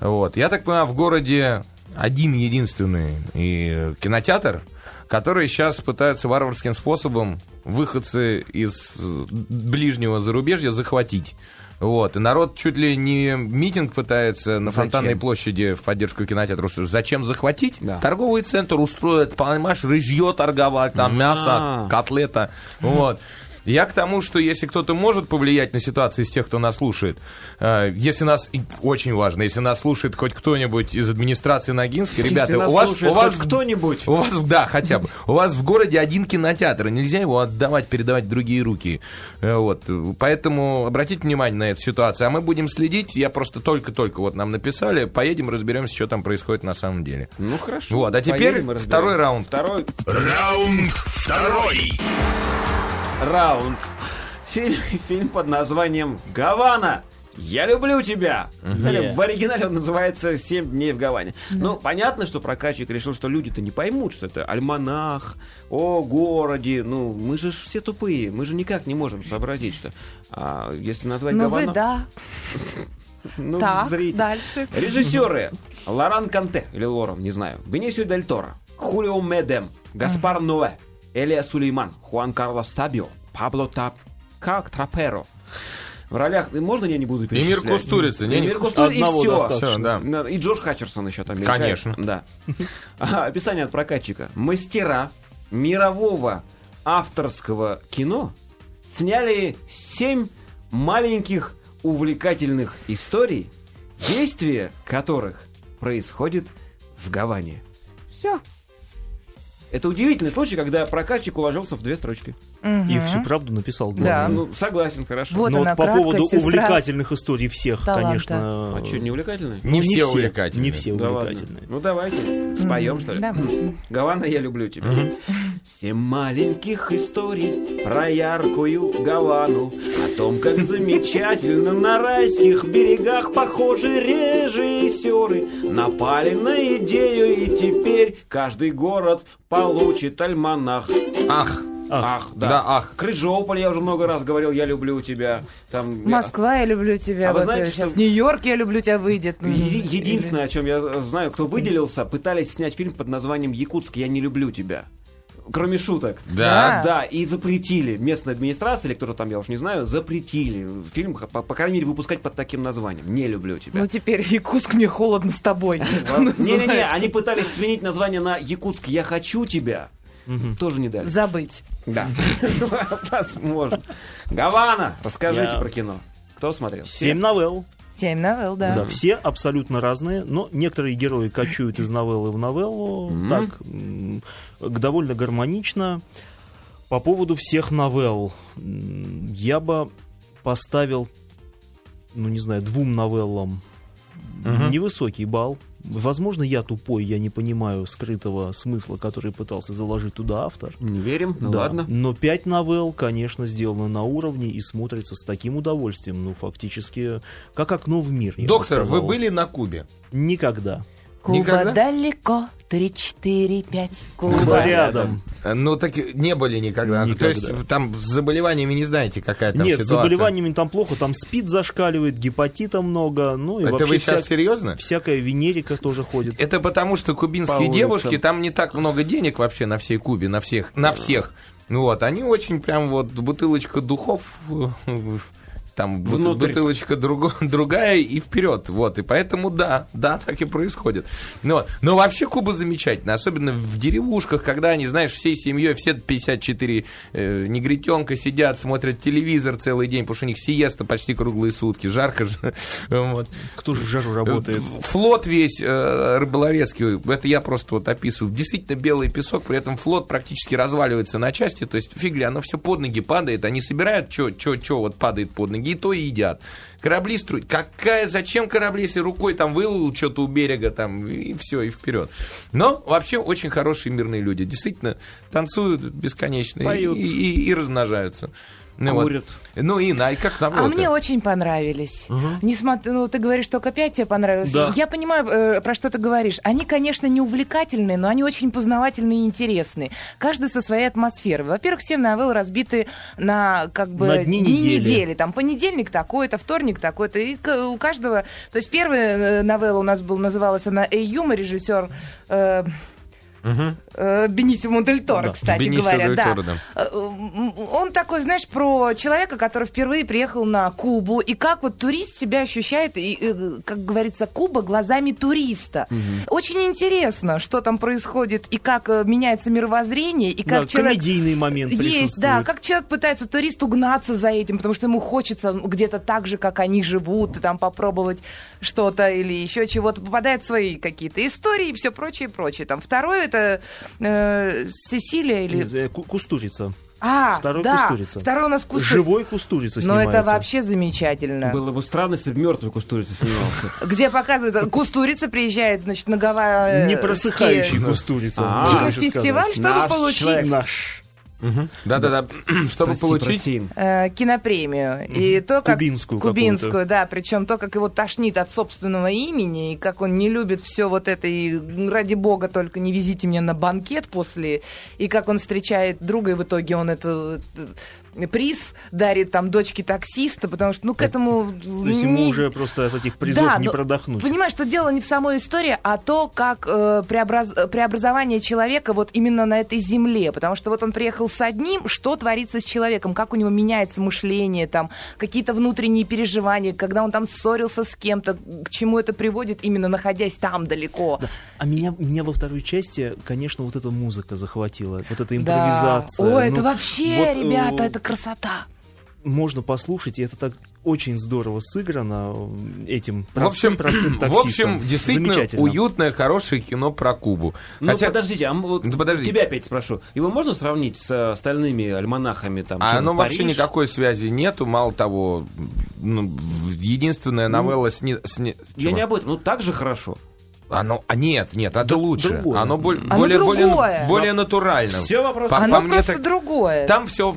E: Вот. Я так понимаю, в городе один единственный и э, кинотеатр, который сейчас пытаются варварским способом выходцы из э, ближнего зарубежья захватить. Вот. И народ чуть ли не митинг пытается на фонтанной площади в поддержку кинотеатра. Что, Зачем захватить?
D: Да.
E: Торговый центр устроят, понимаешь, рыжье торговать, там мясо,
D: А.
E: котлета. Вот. Я к тому, что если кто-то может повлиять на ситуацию из тех, кто нас слушает, э, если нас, и очень важно, если нас слушает хоть кто-нибудь из администрации Ногинска,
D: Если
E: ребята,
D: нас
E: у вас,
D: слушает
E: у вас
D: хоть кто-нибудь...
E: у вас, да, хотя бы. У вас в городе один кинотеатр. Нельзя его отдавать, передавать в другие руки. Э, Вот. Поэтому обратите внимание на эту ситуацию. А мы будем следить. Я просто только-только вот нам написали. Поедем, разберемся, что там происходит на самом деле.
D: Ну хорошо.
E: Вот, а теперь
D: Поедем и разберемся.
E: второй раунд.
D: Второй
C: Раунд второй.
D: раунд. Фильм, фильм под названием «Гавана». Я люблю тебя. Или В оригинале он называется «Семь дней в Гаване». Ну, понятно, что прокачик решил, что люди-то не поймут, что это альманах, о городе. Ну, мы же ж все тупые, мы же никак не можем сообразить, что а, если назвать
F: Ну,
D: Гавану...
F: вы, да.
D: ну,
F: Так,
D: зритель.
F: дальше.
D: Режиссеры Лоран Канте, или Лоран, не знаю, Бенисио Дель Торо, Хулио Медем, Гаспар Ноэ, Элия Сулейман, Хуан Карлос Табио, Пабло Тап, как Траперо. В ролях, и можно я не буду перечислять?
E: Мир Кустурица, не,
D: И
E: не-
D: Мир Кустурица, и
G: Одного
D: всё.
G: достаточно.
E: Всё, да.
D: Да, И Джош Хатчерсон еще там. мелькает.
E: Конечно.
D: Да. А, Описание от прокатчика. Мастера мирового авторского кино сняли семь маленьких увлекательных историй, действие которых происходит в Гаване. Все. Это удивительный случай, когда прокатчик уложился в две строчки.
G: И всю правду написал.
F: Да.
G: главное.
D: Ну, согласен, хорошо.
F: Вот
G: Но
F: она,
G: вот по
F: краткая
G: поводу
F: сестра
G: увлекательных историй всех,
F: таланта.
G: конечно...
D: А что, не увлекательный?
E: Не,
G: ну,
E: все, увлекательные.
G: Не все
D: Да ладно.
G: увлекательные.
D: Ну давайте, споем, что ли?
F: Давайте.
D: Гавана, я люблю тебя. Семь маленьких историй про яркую Гавану, о том, как замечательно на райских берегах, похоже, режиссеры напали на идею, и теперь каждый город получит альманах.
E: Ах,
D: Ах, да.
E: Да, ах.
D: Крыжополь, я уже много раз говорил, я люблю тебя. Там, я-
F: Москва, я люблю тебя.
D: А вы
F: вот
D: знаете,
F: сейчас
D: что-
F: Нью-Йорк, я люблю тебя, выйдет.
D: Е- Единственное, о чем я э, знаю, кто выделился, пытались снять фильм под названием «Якутск, я не люблю тебя». Кроме шуток.
E: Да.
F: Да.
D: Да, и запретили. Местная администрация, или кто-то там, я уж не знаю, запретили фильм, по, по крайней мере, выпускать под таким названием. Не люблю тебя.
F: Ну, теперь Якутск, мне холодно с тобой. Ну,
D: Не-не-не,
F: Называется.
D: они пытались сменить название на «Якутск, я хочу тебя». Тоже не дали.
F: Забыть.
D: Да. Возможно. Гавана, расскажите
G: Я-
D: про кино. Кто смотрел?
G: Семь новелл.
F: Семь новелл,
G: Да,
F: да.
G: все абсолютно разные, но некоторые герои кочуют из новеллы в новеллу, так, м, к- довольно гармонично. По поводу всех новелл, м, я бы поставил, ну не знаю, двум новеллам невысокий балл. Возможно, я тупой, я не понимаю скрытого смысла, который пытался заложить туда автор.
D: Не верим? Ну
G: Да,
D: ладно.
G: Но пять новелл, конечно, сделаны на уровне и смотрятся с таким удовольствием. Ну, фактически, как окно в мир. я бы
E: Доктор, вы
G: сказал.
E: были на Кубе?
G: Никогда.
F: Куба
E: Никогда?
F: далеко. Три, четыре, пять. Куба.
G: Куба рядом.
E: Э, Ну, так и не были никогда.
G: Никогда.
E: То есть там с заболеваниями не знаете, какая там
G: Нет, с
E: ситуация?
G: заболеваниями там плохо, там спид зашкаливает, гепатита много, ну и
E: Это
G: вообще
E: вы сейчас
G: вся-
E: серьезно?
G: всякая венерика тоже ходит.
E: Это потому, что
G: По
E: кубинские
G: улицам.
E: девушки, там не так много денег вообще на всей Кубе, на всех, на всех. Ну вот, они очень прям вот бутылочка духов, там бут-
D: Внутрь.
E: бутылочка друго- другая и вперед. Вот, и поэтому да, да, так и происходит. Ну вот. Но вообще Куба замечательно, особенно в деревушках, когда они, знаешь, всей семьей, все 54 э, негритенка сидят, смотрят телевизор целый день, потому что у них сиеста почти круглые сутки, жарко же. Вот.
G: Кто же в жару работает?
E: Э, Флот весь э, рыболовецкий, это я просто вот описываю. Действительно белый песок, при этом флот практически разваливается на части, то есть фигли, оно все под ноги падает, они собирают, что вот падает под ноги, и то и едят. Корабли строят. Какая, зачем корабли, если рукой там выловил что-то у берега, там, и все, и вперед. Но вообще очень хорошие мирные люди. Действительно, танцуют бесконечно и-
D: Поют.
E: И, и- и размножаются. Ну, вот.
D: Курят.
E: Ну и на, и как на
F: А
E: вот
F: мне
E: это.
F: очень понравились. Несмотря, ну ты говоришь, только опять тебе понравилось.
G: Да.
F: Я понимаю, э, про что ты говоришь. Они, конечно, не увлекательные, но они очень познавательные и интересные. Каждый со своей атмосферой. Во-первых, все новеллы разбиты на как бы
G: На дни недели.
F: Там понедельник такой-то, вторник такой-то, и к- у каждого. То есть первая э, новелла у нас был называлась она Эй Юма, режиссер. Э, э, Бенисимо Дель Торо,
G: Да,
F: кстати
E: Бенисио
F: говоря,
E: Дель
F: да.
E: Торо, да.
F: Э, м, Он такой, знаешь, про человека, который впервые приехал на Кубу, и как вот турист себя ощущает, и, э, как говорится, Куба глазами туриста. Очень интересно, что там происходит, и как э, меняется мировоззрение, и как
G: Да,
F: человек...
G: комедийный момент
F: Есть, да,
G: присутствует.
F: как человек пытается турист угнаться за этим, потому что ему хочется где-то так же, как они живут, и там попробовать что-то или еще чего-то, попадают свои какие-то истории и все прочее, прочее. Там второе это э, Сесилия или
G: Э, ку- Кустурица.
F: а,
G: Второй
F: да.
G: кустурица.
F: Второй у нас кустурица.
G: Живой кустурица
F: Но
G: снимается.
F: это вообще замечательно.
D: Было бы странно, если бы мертвый кустурица снимался.
F: Где показывают, э, кустурица приезжает, значит, на Гавайи. э,
G: Не просыхающий кустурица.
D: А.
G: Можно еще
F: Кинофестиваль, чтобы
D: Наш
F: получить
G: сказать.
D: человек.
G: Наш.
E: Да-да-да, чтобы
D: Прости,
E: получить...
D: прости.
F: э, кинопремию. И то, как...
G: Кубинскую
F: Кубинскую,
G: какую-то.
F: да. Причем то, как его тошнит от собственного имени, и как он не любит все вот это, и «Ну, ради бога, только не везите меня на банкет после, и как он встречает друга, и в итоге он эту э, приз дарит там дочке таксиста, потому что, ну, к этому...
G: Э, То есть ему
F: не-
G: уже просто от этих призов
F: Да,
G: не
F: но
G: продохнуть.
F: Понимаешь, что дело не в самой истории, а то, как э, преобраз- э, преобразование человека вот именно на этой земле. Потому что вот он приехал с одним, что творится с человеком, как у него меняется мышление, там, какие-то внутренние переживания, когда он там ссорился с кем-то, к чему это приводит, именно находясь там далеко.
G: А меня, меня во второй части, конечно, вот эта музыка захватила, вот эта
F: Да.
G: импровизация.
F: Ой,
G: Ну,
F: это вообще,
G: вот, э,
F: ребята, это красота.
G: Можно послушать, и это так очень здорово сыграно э, этим
E: В общем,
G: простым, простым
E: в
G: таксистом.
E: общем, действительно
G: Замечательно.
E: уютное, хорошее кино про Кубу.
D: Ну,
E: Хотя,
D: подождите, а м- вот
E: Да подожди.
D: тебя опять спрошу. Его можно сравнить с э, остальными альманахами? Там,
E: а
D: типа
E: оно вообще
D: Париж?
E: никакой связи нету, мало того, ну, единственная новелла с... не- с не-
D: Я
E: чего?
D: не об этом. Ну, так же хорошо.
E: Оно, а нет, нет, это лучше.
G: другое.
E: Оно, боль-
F: Оно
E: более, более,
F: другое.
E: более натурально.
D: Все вопрос.
E: По-
F: Оно
E: мне
F: просто
E: так-
F: другое.
E: Там все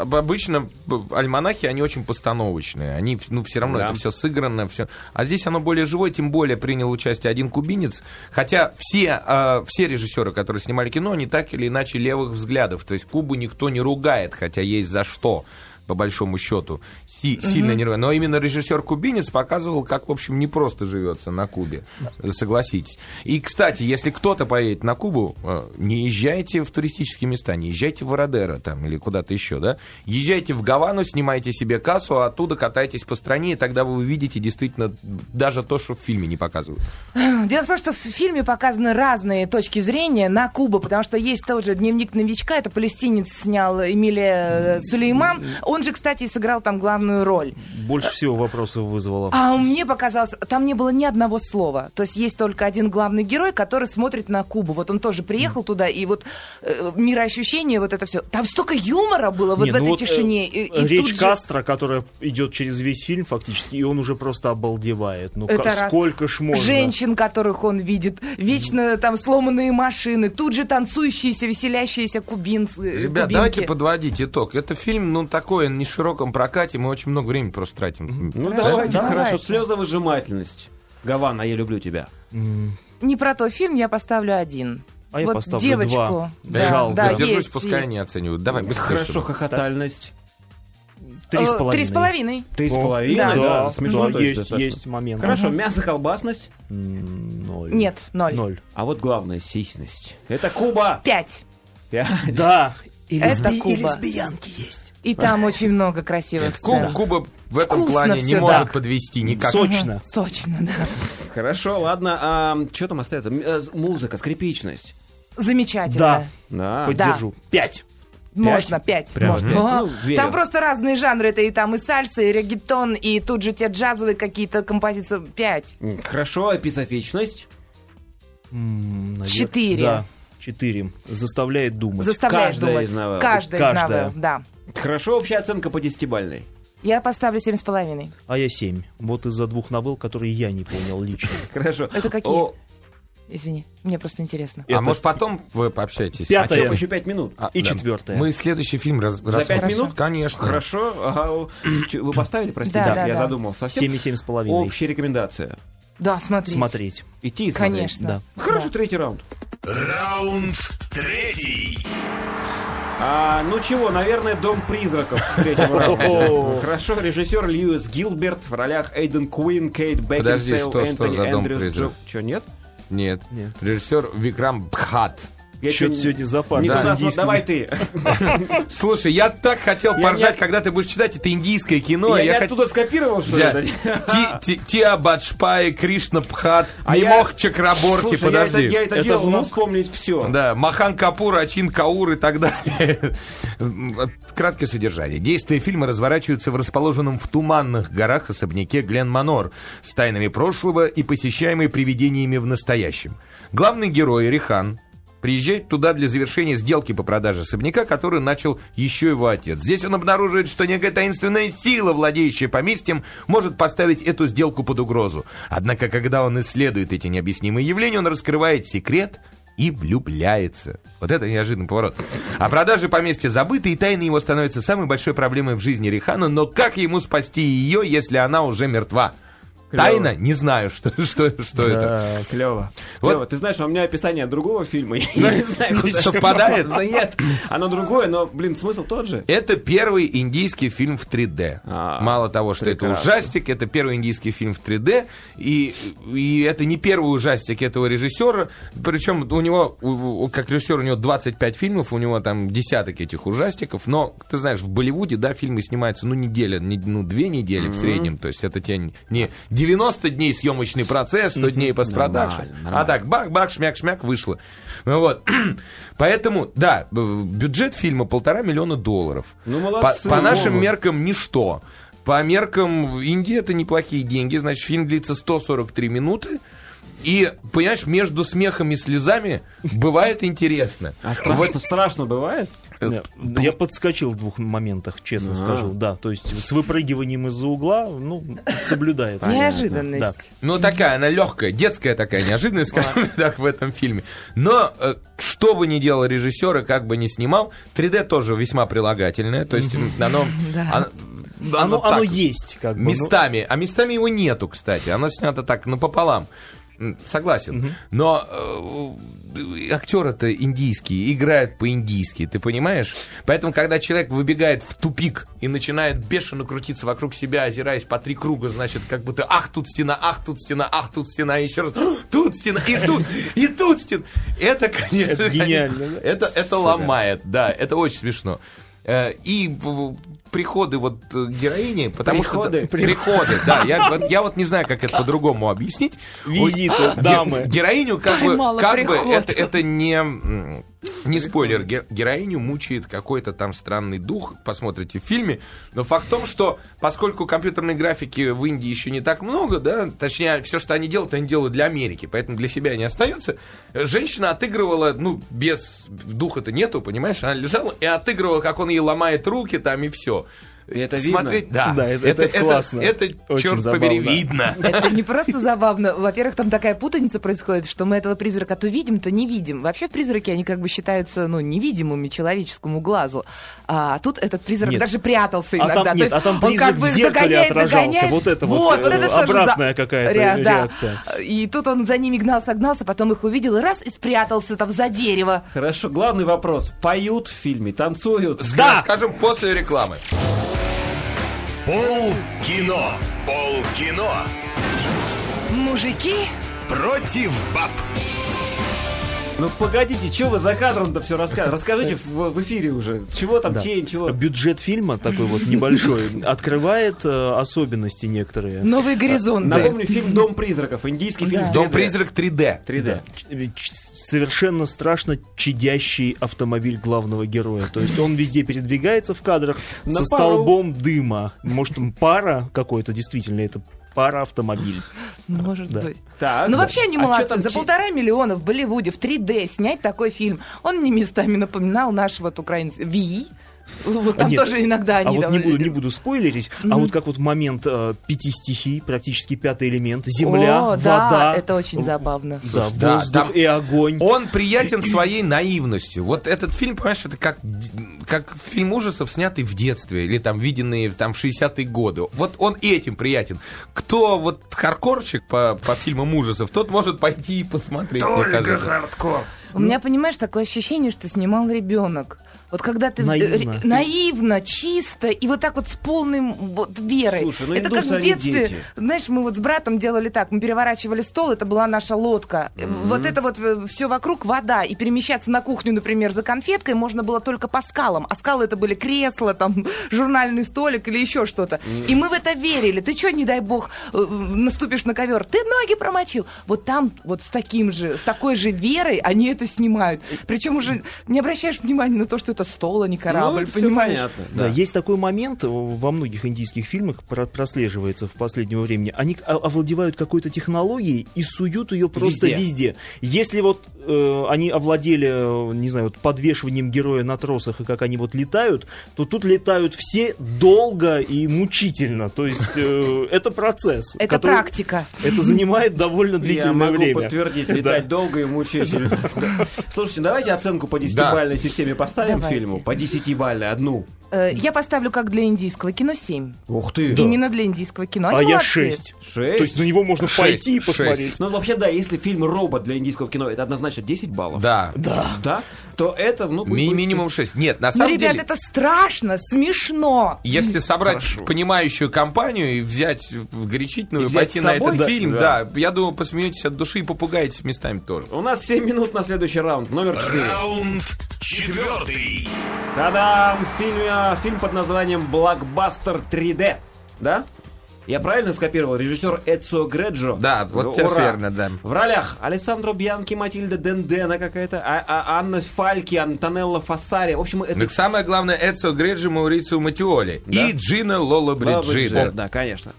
E: обычно б- альманахи они очень постановочные, они ну все равно
D: Да.
E: это все сыграно, все. А здесь оно более живое, тем более принял участие один кубинец, хотя все э, все режиссеры, которые снимали кино, они так или иначе левых взглядов, то есть Кубу никто не ругает, хотя есть за что по большому счету Си- сильно не ругает. Но именно режиссер кубинец показывал, как в общем не просто живется на Кубе, согласитесь. И кстати, если кто-то поедет на Кубу, э, не езжайте в туристические места, не езжайте в Вородеро там или куда-то еще, да. Езжайте в Гавану, снимайте себе кассу, а оттуда катайтесь по стране, и тогда вы увидите действительно даже то, что в фильме не показывают.
F: Дело в том, что в фильме показаны разные точки зрения на Кубу, потому что есть тот же дневник новичка, это палестинец снял Эмилия э, Сулейман. Он же, кстати, и сыграл там главную роль.
G: Больше всего вопросов вызвало.
F: А мне показалось, там не было ни одного слова. То есть есть только один главный герой, который смотрит на Кубу. Вот он тоже приехал туда, и вот э, мироощущение, вот это все. Там столько юмора было вот
G: Не,
F: в
G: ну
F: этой
G: вот, э,
F: тишине. и- и
G: речь
F: тут же-
G: Кастро, которая идет через весь фильм фактически, и он уже просто обалдевает. Ну,
F: Это
G: ка-
F: раз.
G: сколько ж можно?
F: Женщин, которых он видит, вечно там сломанные машины, тут же танцующиеся, веселящиеся кубинцы.
E: Ребят,
F: кубинки.
E: давайте подводить итог. Это фильм, ну, такой, он не в широком прокате, мы очень много времени просто тратим.
D: Ну,
F: Хорошо,
D: давайте,
F: давайте.
D: хорошо. Слезовыжимательность. Гавана, я люблю тебя.
F: Не про то фильм, я поставлю один.
G: А я
F: вот
G: поставлю
F: девочку.
G: два.
F: Да,
G: Жалко.
F: да,
E: Я держусь,
F: есть,
E: пускай
F: есть.
E: они оценивают. Давай, быстрее.
D: Хорошо,
E: чтобы-
D: хохотальность.
G: Три с
F: Э, Три с
G: половиной.
F: половиной.
D: Три с
G: О,
D: половиной.
G: Да, да, Ну,
D: смешно. то
G: есть,
D: достаточно.
G: есть момент.
D: Хорошо, мясо-колбасность.
G: М, Ноль.
F: Нет, ноль.
G: Ноль.
D: А вот главное, сисьность. Это Куба.
F: Пять.
D: Пять.
G: Да, И,
F: Это
G: лесби- и
F: Куба.
G: лесбиянки есть.
F: И там очень много красивых
E: Ку-
F: сцен.
E: Куба в этом
F: Вкусно
E: плане не
F: всё,
E: может
F: да.
E: подвести никак.
G: Сочно.
F: Сочно, да.
D: Хорошо, ладно. А что там остается? М, э, с- Музыка, скрипичность.
F: Замечательно.
D: Да.
G: Поддержу. Пять.
F: Можно, пять.
D: Прямо
F: можно.
D: пять?
F: Ага.
D: Ну, верю.
F: Там просто разные жанры. Это и там и сальса, и регетон, и тут же те джазовые какие-то композиции. Пять.
D: М, Хорошо, эпизофичность.
G: М, навер-
F: Четыре.
G: Да, четыре. Заставляет думать.
F: Заставляешь
D: Каждая
F: думать.
D: из новелл.
F: Каждая из
G: Каждая.
F: новелл, да.
D: Хорошо, общая оценка по десятибальной.
F: Я поставлю семь с половиной.
G: А я семь. Вот из-за двух новелл, которые я не понял лично.
D: Хорошо.
F: Это какие?
D: О,
F: Извини, мне просто интересно.
E: А
G: Это-
E: может потом вы пообщаетесь?
G: Пятое.
E: А чё вы-
D: еще пять минут.
E: А,
G: И
E: да.
G: четвертое.
E: Мы следующий фильм раз-
D: За пять
E: рассмотрим.
D: минут?
E: Конечно.
D: Хорошо. Ага, о, чё, Вы поставили, простите?
F: Да, да,
D: Я
F: да.
D: задумал совсем.
G: Семь и семь с половиной.
D: Общая рекомендация.
F: Да, смотри.
G: Смотреть.
D: Идти и смотреть.
F: Конечно.
G: Да.
D: Хорошо, третий раунд.
C: Раунд третий.
D: А, ну чего, наверное, Дом призраков в третьем раунде. Хорошо, режиссер Льюис Гилберт в ролях Эйден Куин, Кейт
E: Подожди,
D: Бекинсейл,
E: что- что
D: Энтони
E: за Дом
D: Эндрюс, Джо...
E: призраков?
D: Чё, нет?
E: Нет.
G: Нет.
E: Режиссер Викрам Бхат.
D: Я
G: Чё-то
D: чё-
G: сегодня запар.
D: Николас,
G: Да.
D: вот давай ты.
E: Слушай, я так хотел
D: Я-
E: поржать,
D: я-
E: когда ты будешь читать это индийское кино. а
D: я
E: Я
D: я
E: хот-
D: оттуда скопировал, что
E: Я-
D: ли?
E: Ти- Ти- Тиа Баджпай, Кришна Пхат,
D: А я-
E: Мимох Чакраборти,
D: Слушай, я это-
E: подожди.
D: Я это
G: Это
D: делал, но
G: внук?
D: вспомнить все.
E: Да, Махан Капур, Ачин Каур и так далее. Краткое содержание. Действия фильма разворачиваются в расположенном в туманных горах особняке Глен Манор с тайнами прошлого и посещаемой привидениями в настоящем. Главный герой Рихан приезжает туда для завершения сделки по продаже особняка, который начал еще его отец. Здесь он обнаруживает, что некая таинственная сила, владеющая поместьем, может поставить эту сделку под угрозу. Однако, когда он исследует эти необъяснимые явления, он раскрывает секрет, и влюбляется. Вот это неожиданный поворот. О продаже поместья забыты, и тайна его становится самой большой проблемой в жизни Рихана, но как ему спасти ее, если она уже мертва? Тайна? Не знаю, что, что, что это.
D: Клево.
E: Вот.
D: Клево. Ты знаешь, у меня описание другого фильма. Я не знаю, куда-
E: Совпадает?
D: Да нет, оно другое, но, блин, смысл тот же.
E: Это первый индийский фильм в 3D.
D: А,
E: Мало того, что это
D: прекрасно.
E: ужастик, это первый индийский фильм в 3D, и, и это не первый ужастик этого режиссера. Причем у него, у- у- как режиссер, у него 25 фильмов, у него там десяток этих ужастиков, но, ты знаешь, в Болливуде, да, фильмы снимаются, ну, неделя, не- ну, две недели в среднем, то есть это те не 90 дней съемочный процесс, 100 дней постпродакшн, а так бах-бах, шмяк-шмяк, вышло. Ну, вот. Поэтому, да, б- бюджет фильма полтора миллиона долларов.
D: Ну,
E: По-
D: молодцы,
E: По, нашим
D: Вова.
E: меркам ничто. По меркам Индии это неплохие деньги. Значит, фильм длится 143 минуты. И, понимаешь, между смехом и слезами бывает интересно.
D: А страшно, страшно бывает?
G: Да. Я подскочил в двух моментах, честно скажу. Да, то есть с выпрыгиванием из-за угла, ну, соблюдается.
F: Неожиданность.
E: Ну, такая она легкая, детская такая, неожиданная, скажем так, в этом фильме. Но э, что бы ни делал режиссер и как бы ни снимал, 3D тоже весьма прилагательное. То есть м, оно... а, оно-
G: Оно,
E: ну так.
G: оно есть, как бы. ну,
E: Местами. А местами его нету, кстати. Оно снято так напополам. М, Согласен. Но э, актеры-то индийские, играют по-индийски, ты понимаешь? Поэтому, когда человек выбегает в тупик и начинает бешено крутиться вокруг себя, озираясь по три круга, значит, как будто ах, тут стена, ах, тут стена, ах, тут стена, и еще раз, «Ах, тут стена, и тут, и тут стена. Это, конечно,
G: гениально, да?
E: это, это ломает, да, это очень смешно. Э, И в- в- приходы вот э, героини, потому
D: Приходы?
E: что... Приходы, да. Я, вот- я вот не знаю, как это по-другому объяснить.
G: ну, Визиты,
E: Ой, ге-
G: дамы.
E: Героиню как бы...
F: Поймала
E: Как бы
F: приход.
E: это, это не... м, Не спойлер, ге- героиню мучает какой-то там странный дух, посмотрите в фильме. Но факт в том, что поскольку компьютерной графики в Индии еще не так много, да, точнее, все, что они делают, они делают для Америки, поэтому для себя не остается. Женщина отыгрывала, ну, без духа-то нету, понимаешь, она лежала и отыгрывала, как он ей ломает руки там и все.
D: И это видно?
E: Смотреть, да.
G: Да, это- это классно.
E: Это,
G: Очень
E: черт побери,
G: забавно.
E: видно.
F: Это не просто забавно. Во-первых, там такая путаница происходит, что мы этого призрака то видим, то не видим. Вообще призраки, они как бы считаются ну, невидимыми человеческому глазу. А тут этот призрак
G: Нет.
F: даже прятался
G: А
F: иногда.
G: там,
F: То
G: нет,
F: есть
G: а там
F: он
G: призрак
F: как бы
G: в зеркале
F: догоняет,
G: отражался.
F: догоняет.
G: Вот это вот, э,
F: это тоже
G: обратная какая-то
F: да.
G: реакция.
F: И тут он за ними гнался-гнался, потом их увидел и раз и спрятался там за дерево.
D: Хорошо, главный вопрос. Поют в фильме, танцуют?
E: Да! Скажем, после рекламы.
C: Пол кино. Пол кино.
B: Мужики
C: Против баб.
D: Ну погодите, чего вы за кадром-то все рассказываете? Расскажите в, в эфире уже, чего там,
G: Да. Э,
D: тень, чего.
G: Бюджет фильма такой вот небольшой открывает э, особенности некоторые.
F: Новые горизонты.
D: Напомню, фильм «Дом призраков», индийский фильм. в 3D.
E: Дом-призрак 3D.
D: 3D.
G: Ч- ч- совершенно страшно чадящий автомобиль главного героя. То есть он везде передвигается в кадрах
D: На
G: со
D: пару.
G: столбом дыма. Может, там пара какой-то, действительно, это пара автомобиль.
F: Может
G: Да.
F: быть.
D: Так.
F: Ну вообще они
D: А чё
F: молодцы.
D: там
F: За
D: те-
F: полтора миллиона в Болливуде в 3D снять такой фильм. Он мне местами напоминал наш вот украинский Ви. Вот там
G: нет.
F: тоже иногда
G: а
F: они
G: вот не
F: довольно-
G: буду, не буду спойлерить, а вот как вот момент э, пяти стихий, практически пятый элемент, земля,
F: О,
G: вода,
F: да, это очень забавно.
G: да,
E: Да,
G: воздух
E: там-
G: и огонь.
E: Он приятен своей наивностью. Вот этот фильм, понимаешь, это как, д- как фильм ужасов, снятый в детстве или там виденные там, в 60-е годы. Вот он и этим приятен. Кто вот хардкорчик по, по фильмам ужасов, тот может пойти и посмотреть, мне кажется.
D: хардкор.
F: У меня, понимаешь, такое ощущение, что снимал ребенок. Вот когда ты в-
G: Наивно.
F: ре- наивно, чисто и вот так вот с полной м, вот верой.
D: Слушай, ну
F: это как
D: индусы,
F: в
D: они
F: детстве,
D: дети.
F: знаешь, мы вот с братом делали так, мы переворачивали стол, это была наша лодка. Э, Вот это вот все вокруг вода и перемещаться на кухню, например, за конфеткой можно было только по скалам, а скалы это были кресла, там журнальный столик или еще что-то. И мы в это верили. Ты что, не дай бог, э, наступишь на ковер, ты ноги промочил. Вот там вот с таким же, с такой же верой они это снимают. Причем уже не обращаешь внимания на то, что это стол, а не корабль, понимаешь?
D: Ну, понятно.
G: Да,
D: да.
G: есть такой момент э, во многих индийских фильмах про- прослеживается в последнее время. Они о- овладевают какой-то технологией и суют ее просто
D: Везде.
G: везде. Если вот э, они овладели, э, не знаю, вот подвешиванием героя на тросах и как они вот летают, то тут летают все долго и мучительно. То есть э, это процесс.
F: Это
G: который-
F: практика.
G: Это занимает довольно
D: Я
G: длительное
D: могу
G: время.
D: подтвердить, летать долго и мучительно. Да. Слушайте, давайте оценку по 10-бальной системе поставим
F: Давайте.
D: фильму. По 10-бальной, одну.
F: Э, Я поставлю как для индийского кино 7.
D: Ух ты.
F: Именно для индийского кино.
G: А
F: Они
G: я
F: молодцы.
G: шесть.
D: Шесть.
G: То есть на него можно
E: Шесть,
G: пойти и
E: шесть.
G: посмотреть.
D: Ну, вообще, да, если фильм «Робот» для индийского кино, это однозначно 10 баллов.
E: Да.
D: Да? То это, ну... пусть
E: Ми-
D: будет
E: минимум 6. Нет, на
F: Ну,
E: самом
F: ребят,
E: деле...
F: это страшно, смешно.
E: Если собрать
D: Хорошо.
E: понимающую компанию и взять в горячительную,
D: И взять
E: пойти
D: с
E: на
D: собой?
E: этот
D: Да.
E: фильм,
D: Да.
E: да. я думаю, посмеетесь от души и попугаетесь местами тоже.
D: У нас 7 минут на следующий раунд, номер 4.
C: Раунд четвертый.
D: Та-дам! Фильм, э, фильм под названием «Блокбастер 3D». Да? Я правильно скопировал? Режиссер Эцио Греджо.
E: Да, вот
D: Ну,
E: сейчас
D: ура.
E: верно, да.
D: В ролях Алессандро Бьянки, Матильда Дендена какая-то, а- а- Анна Фальки, Антонелла Фассари. В общем, это...
E: Так самое главное, Эцио Греджи, Маурицио Матиоли и Джина Лола
D: Баба Джина,
E: Бриджида.
D: Да, конечно.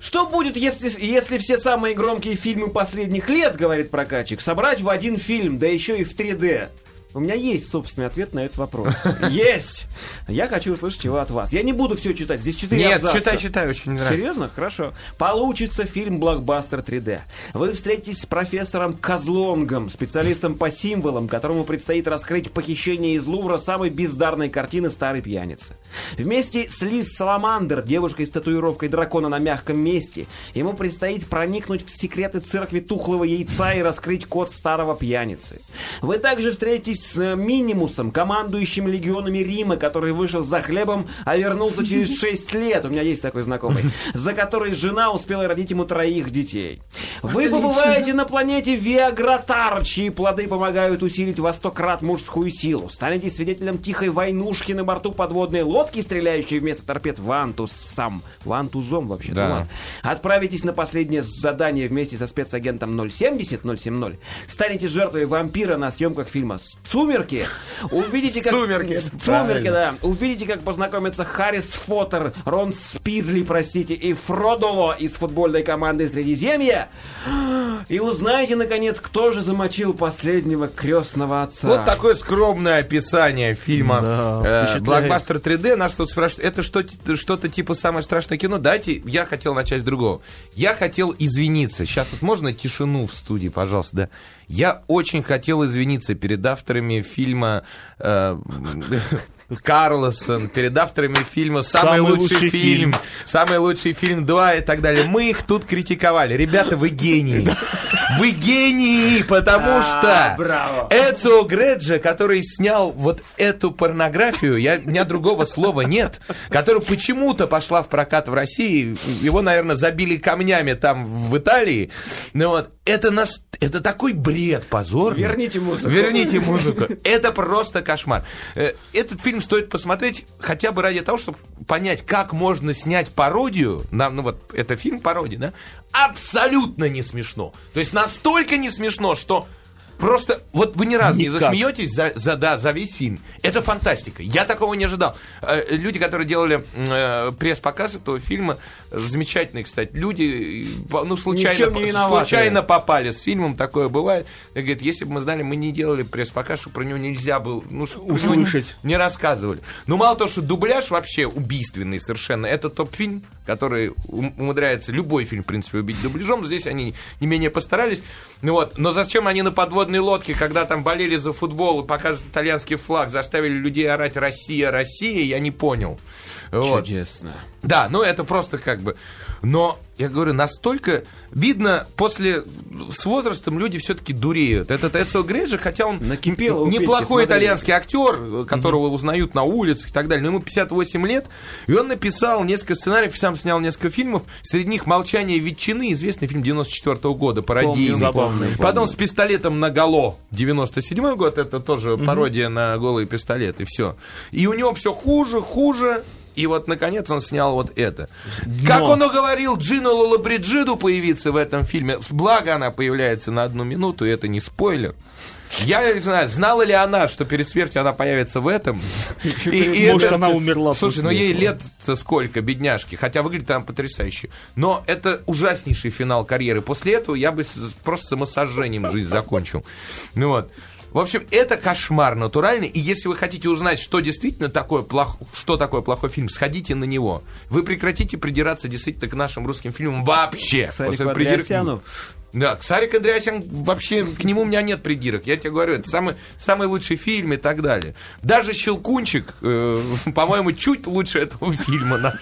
D: Что будет, если, если все самые громкие фильмы последних лет, говорит прокачик, собрать в один фильм, да еще и в 3D? У меня есть собственный ответ на этот вопрос. Есть! Я хочу услышать его от вас. Я не буду все читать, здесь четыре
E: Нет,
D: абзаца.
E: читай, читай, очень нравится.
D: Серьезно? Хорошо. Получится фильм «Блокбастер 3D». Вы встретитесь с профессором Козлонгом, специалистом по символам, которому предстоит раскрыть похищение из Лувра самой бездарной картины «Старой пьяницы». Вместе с Лиз Саламандер, девушкой с татуировкой дракона на мягком месте, ему предстоит проникнуть в секреты церкви тухлого яйца и раскрыть код старого пьяницы. Вы также встретитесь с э, Минимусом, командующим легионами Рима, который вышел за хлебом, а вернулся через 6 лет. У меня есть такой знакомый. За который жена успела родить ему троих детей. Вы побываете на планете Виагратар, чьи плоды помогают усилить во сто крат мужскую силу. Станете свидетелем тихой войнушки на борту подводной лодки, стреляющей вместо торпед Вантусом. Вантузом вообще-то.
E: Да.
D: ладно. Отправитесь на последнее задание вместе со спецагентом 070 070. Станете жертвой вампира на съемках фильма «Сумерки». Увидите, как...
E: «Сумерки»,
D: «Сумерки», да. Увидите, как познакомятся Харрис Фоттер, Рон Спизли, простите, и Фродоло из футбольной команды «Средиземья». И узнаете, наконец, кто же замочил последнего крестного отца.
E: Вот такое скромное описание фильма
G: Да,
E: э,
G: впечатляет.
E: «Блокбастер 3D». Нас тут спрашивают, это что, что-то типа «Самое страшное кино»? Дайте, я хотел начать с другого. Я хотел извиниться. Сейчас вот можно тишину в студии, пожалуйста? Да. Я очень хотел извиниться перед авторами авторами фильма э, Карлсон, перед авторами фильма «Самый,
G: Самый
E: лучший,
G: лучший
E: фильм»,
G: фильм.
E: «Самый лучший фильм 2» и так далее. Мы их тут критиковали. Ребята, вы гении. Вы гении, потому что
D: А, браво.
E: Эцио Греджи, который снял вот эту порнографию, я, у меня другого слова нет, которая почему-то пошла в прокат в России, его, наверное, забили камнями там в Италии. Ну вот, это, нас, это такой бред, позор.
D: Верните музыку.
E: Верните музыку. Это просто кошмар. Э, Этот фильм стоит посмотреть хотя бы ради того, чтобы понять, как можно снять пародию. Нам, ну вот, это фильм пародия, да? Абсолютно не смешно. То есть настолько не смешно, что просто вот вы ни разу не
G: Никак.
E: засмеетесь за, за- да, за весь фильм. Это фантастика. Я такого не ожидал. Э, Люди, которые делали э, пресс-показ этого фильма, э, замечательные, кстати, люди, э, по- ну, случайно,
D: Ничем не
E: по-
D: виноваты.
E: случайно попали с фильмом, такое бывает. И говорит, если бы мы знали, мы не делали пресс-показ, что про него нельзя было, ну, что про него
G: Услышать.
E: Не рассказывали. Ну, мало того, что дубляж вообще убийственный совершенно. Это топ-фильм, который ум- умудряется любой фильм, в принципе, убить дубляжом. Здесь они не менее постарались. Ну вот. Но зачем они на подводной лодке, когда там болели за футбол и показывают итальянский флаг, заставили людей орать «Россия, Россия», я не понял. Вот.
D: Чудесно.
E: Да, ну это просто как бы. Но я говорю, настолько видно, после с возрастом люди все-таки дуреют. Этот Эцио Грейджи, хотя он
D: Накипело у Петьки,
E: неплохой
D: смотри.
E: итальянский актер, которого узнают на улицах и так далее, но ему 58 лет, и он написал несколько сценариев, сам снял несколько фильмов, среди них «Молчание ветчины», известный фильм 94 года, пародийный.
G: забавный,
E: Потом с пистолетом наголо. 97 год, это тоже пародия на голые пистолеты, все. И у него все хуже, хуже. И вот, наконец, он снял вот это. Как он уговорил Джину Лолабриджиду появиться в этом фильме? Благо, она появляется на одну минуту, и это не спойлер. Я не знаю, знала ли она, что перед смертью она появится в этом? И- и
G: Может,
E: это-
G: она умерла
E: Слушай, ну
G: после
E: ей
G: этого.
E: лет сколько, бедняжки. Хотя выглядит она потрясающе. Но это ужаснейший финал карьеры. После этого я бы с- просто самосожжением жизнь закончил. Ну вот. В общем, это кошмар натуральный. И если вы хотите узнать, что действительно такое плох... что такое плохой фильм, сходите на него. Вы прекратите придираться действительно к нашим русским фильмам вообще.
D: Кстати,
E: После
D: к
E: придир-
D: Андреасяну.
E: да, Сарик Андреасян, вообще к нему у меня нет придирок. Я тебе говорю, это самый, самый лучший фильм и так далее. Даже Щелкунчик, э, по-моему, чуть лучше этого фильма наш.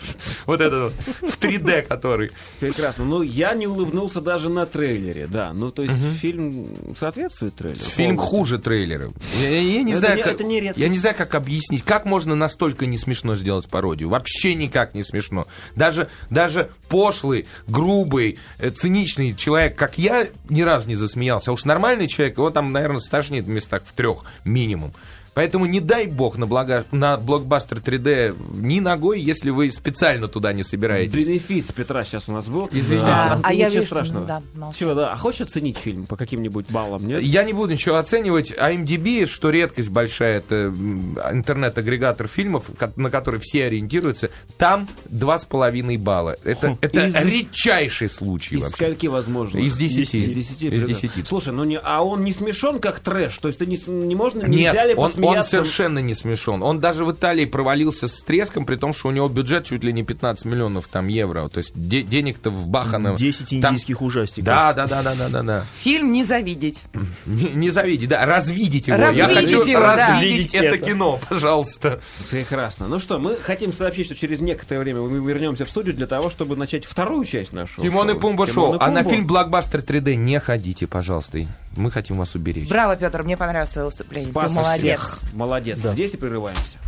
E: Вот этот вот, в 3D который.
D: Прекрасно. Ну, я не улыбнулся даже на трейлере, да. Ну, то есть фильм соответствует трейлеру.
E: Фильм
D: полностью.
E: хуже трейлера. Я, я- я не
D: Это
E: знаю,
D: не-
E: как,
D: это не редкость.
E: я не знаю, как объяснить, как можно настолько не смешно сделать пародию. Вообще никак не смешно. Даже, даже пошлый, грубый, э, циничный человек, как я, ни разу не засмеялся. А уж нормальный человек, его там, наверное, стошнит в местах в трех минимум. Поэтому не дай бог на, блага- на блокбастер 3D ни ногой, если вы специально туда не собираетесь.
D: Бенефис Петра сейчас у нас был.
E: Извините.
D: Да.
F: А я
D: Ничего
F: вижу,
D: страшного.
F: ну да, молчу.
D: Чего, да. А хочешь оценить фильм по каким-нибудь баллам, нет?
E: Я не буду ничего оценивать. А IMDb, что редкость большая, это м, интернет-агрегатор фильмов, ко- на который все ориентируются, там 2,5 балла. Это, это
D: Хм. Из-
E: редчайший случай
D: Из
E: вообще.
D: скольки возможно?
E: Из десяти.
D: Из десяти.
E: Из
D: прекрасно.
E: десяти.
D: Слушай, ну не, а он не смешон как трэш? То есть ты не, с- не можно, нельзя ли
E: Нет, он, он
D: посмеяться?
E: совершенно не смешон. Он даже в Италии провалился с треском, при том, что у него бюджет чуть ли не 15 миллионов там евро. То есть де- денег-то вбахано.
G: 10
E: Там-
G: индийских ужастиков.
E: Да, да, да, да, да, да, да.
F: Фильм не завидеть.
E: Не, не завидеть, да, развидеть его. Я
F: Развидеть
E: хочу
F: его, да.
E: развидеть
G: Видеть
E: это
G: это.
E: кино, пожалуйста.
D: Прекрасно. Ну что, мы хотим сообщить, что через некоторое время мы вернемся в студию для того, чтобы начать вторую часть нашего
E: Тимон и
D: шоу.
E: Пумба
D: Тимон
E: шоу.
D: и
E: А на
D: Пумба.
E: фильм блокбастер 3D не ходите, пожалуйста. Мы хотим вас уберечь.
F: Браво, Петр, мне понравилось твое выступление.
D: Спас
F: Ты молодец.
D: всех. Молодец. Здесь и прерываемся.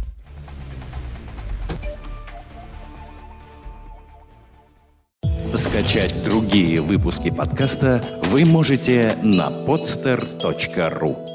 A: Скачать другие выпуски подкаста вы можете на podster.ru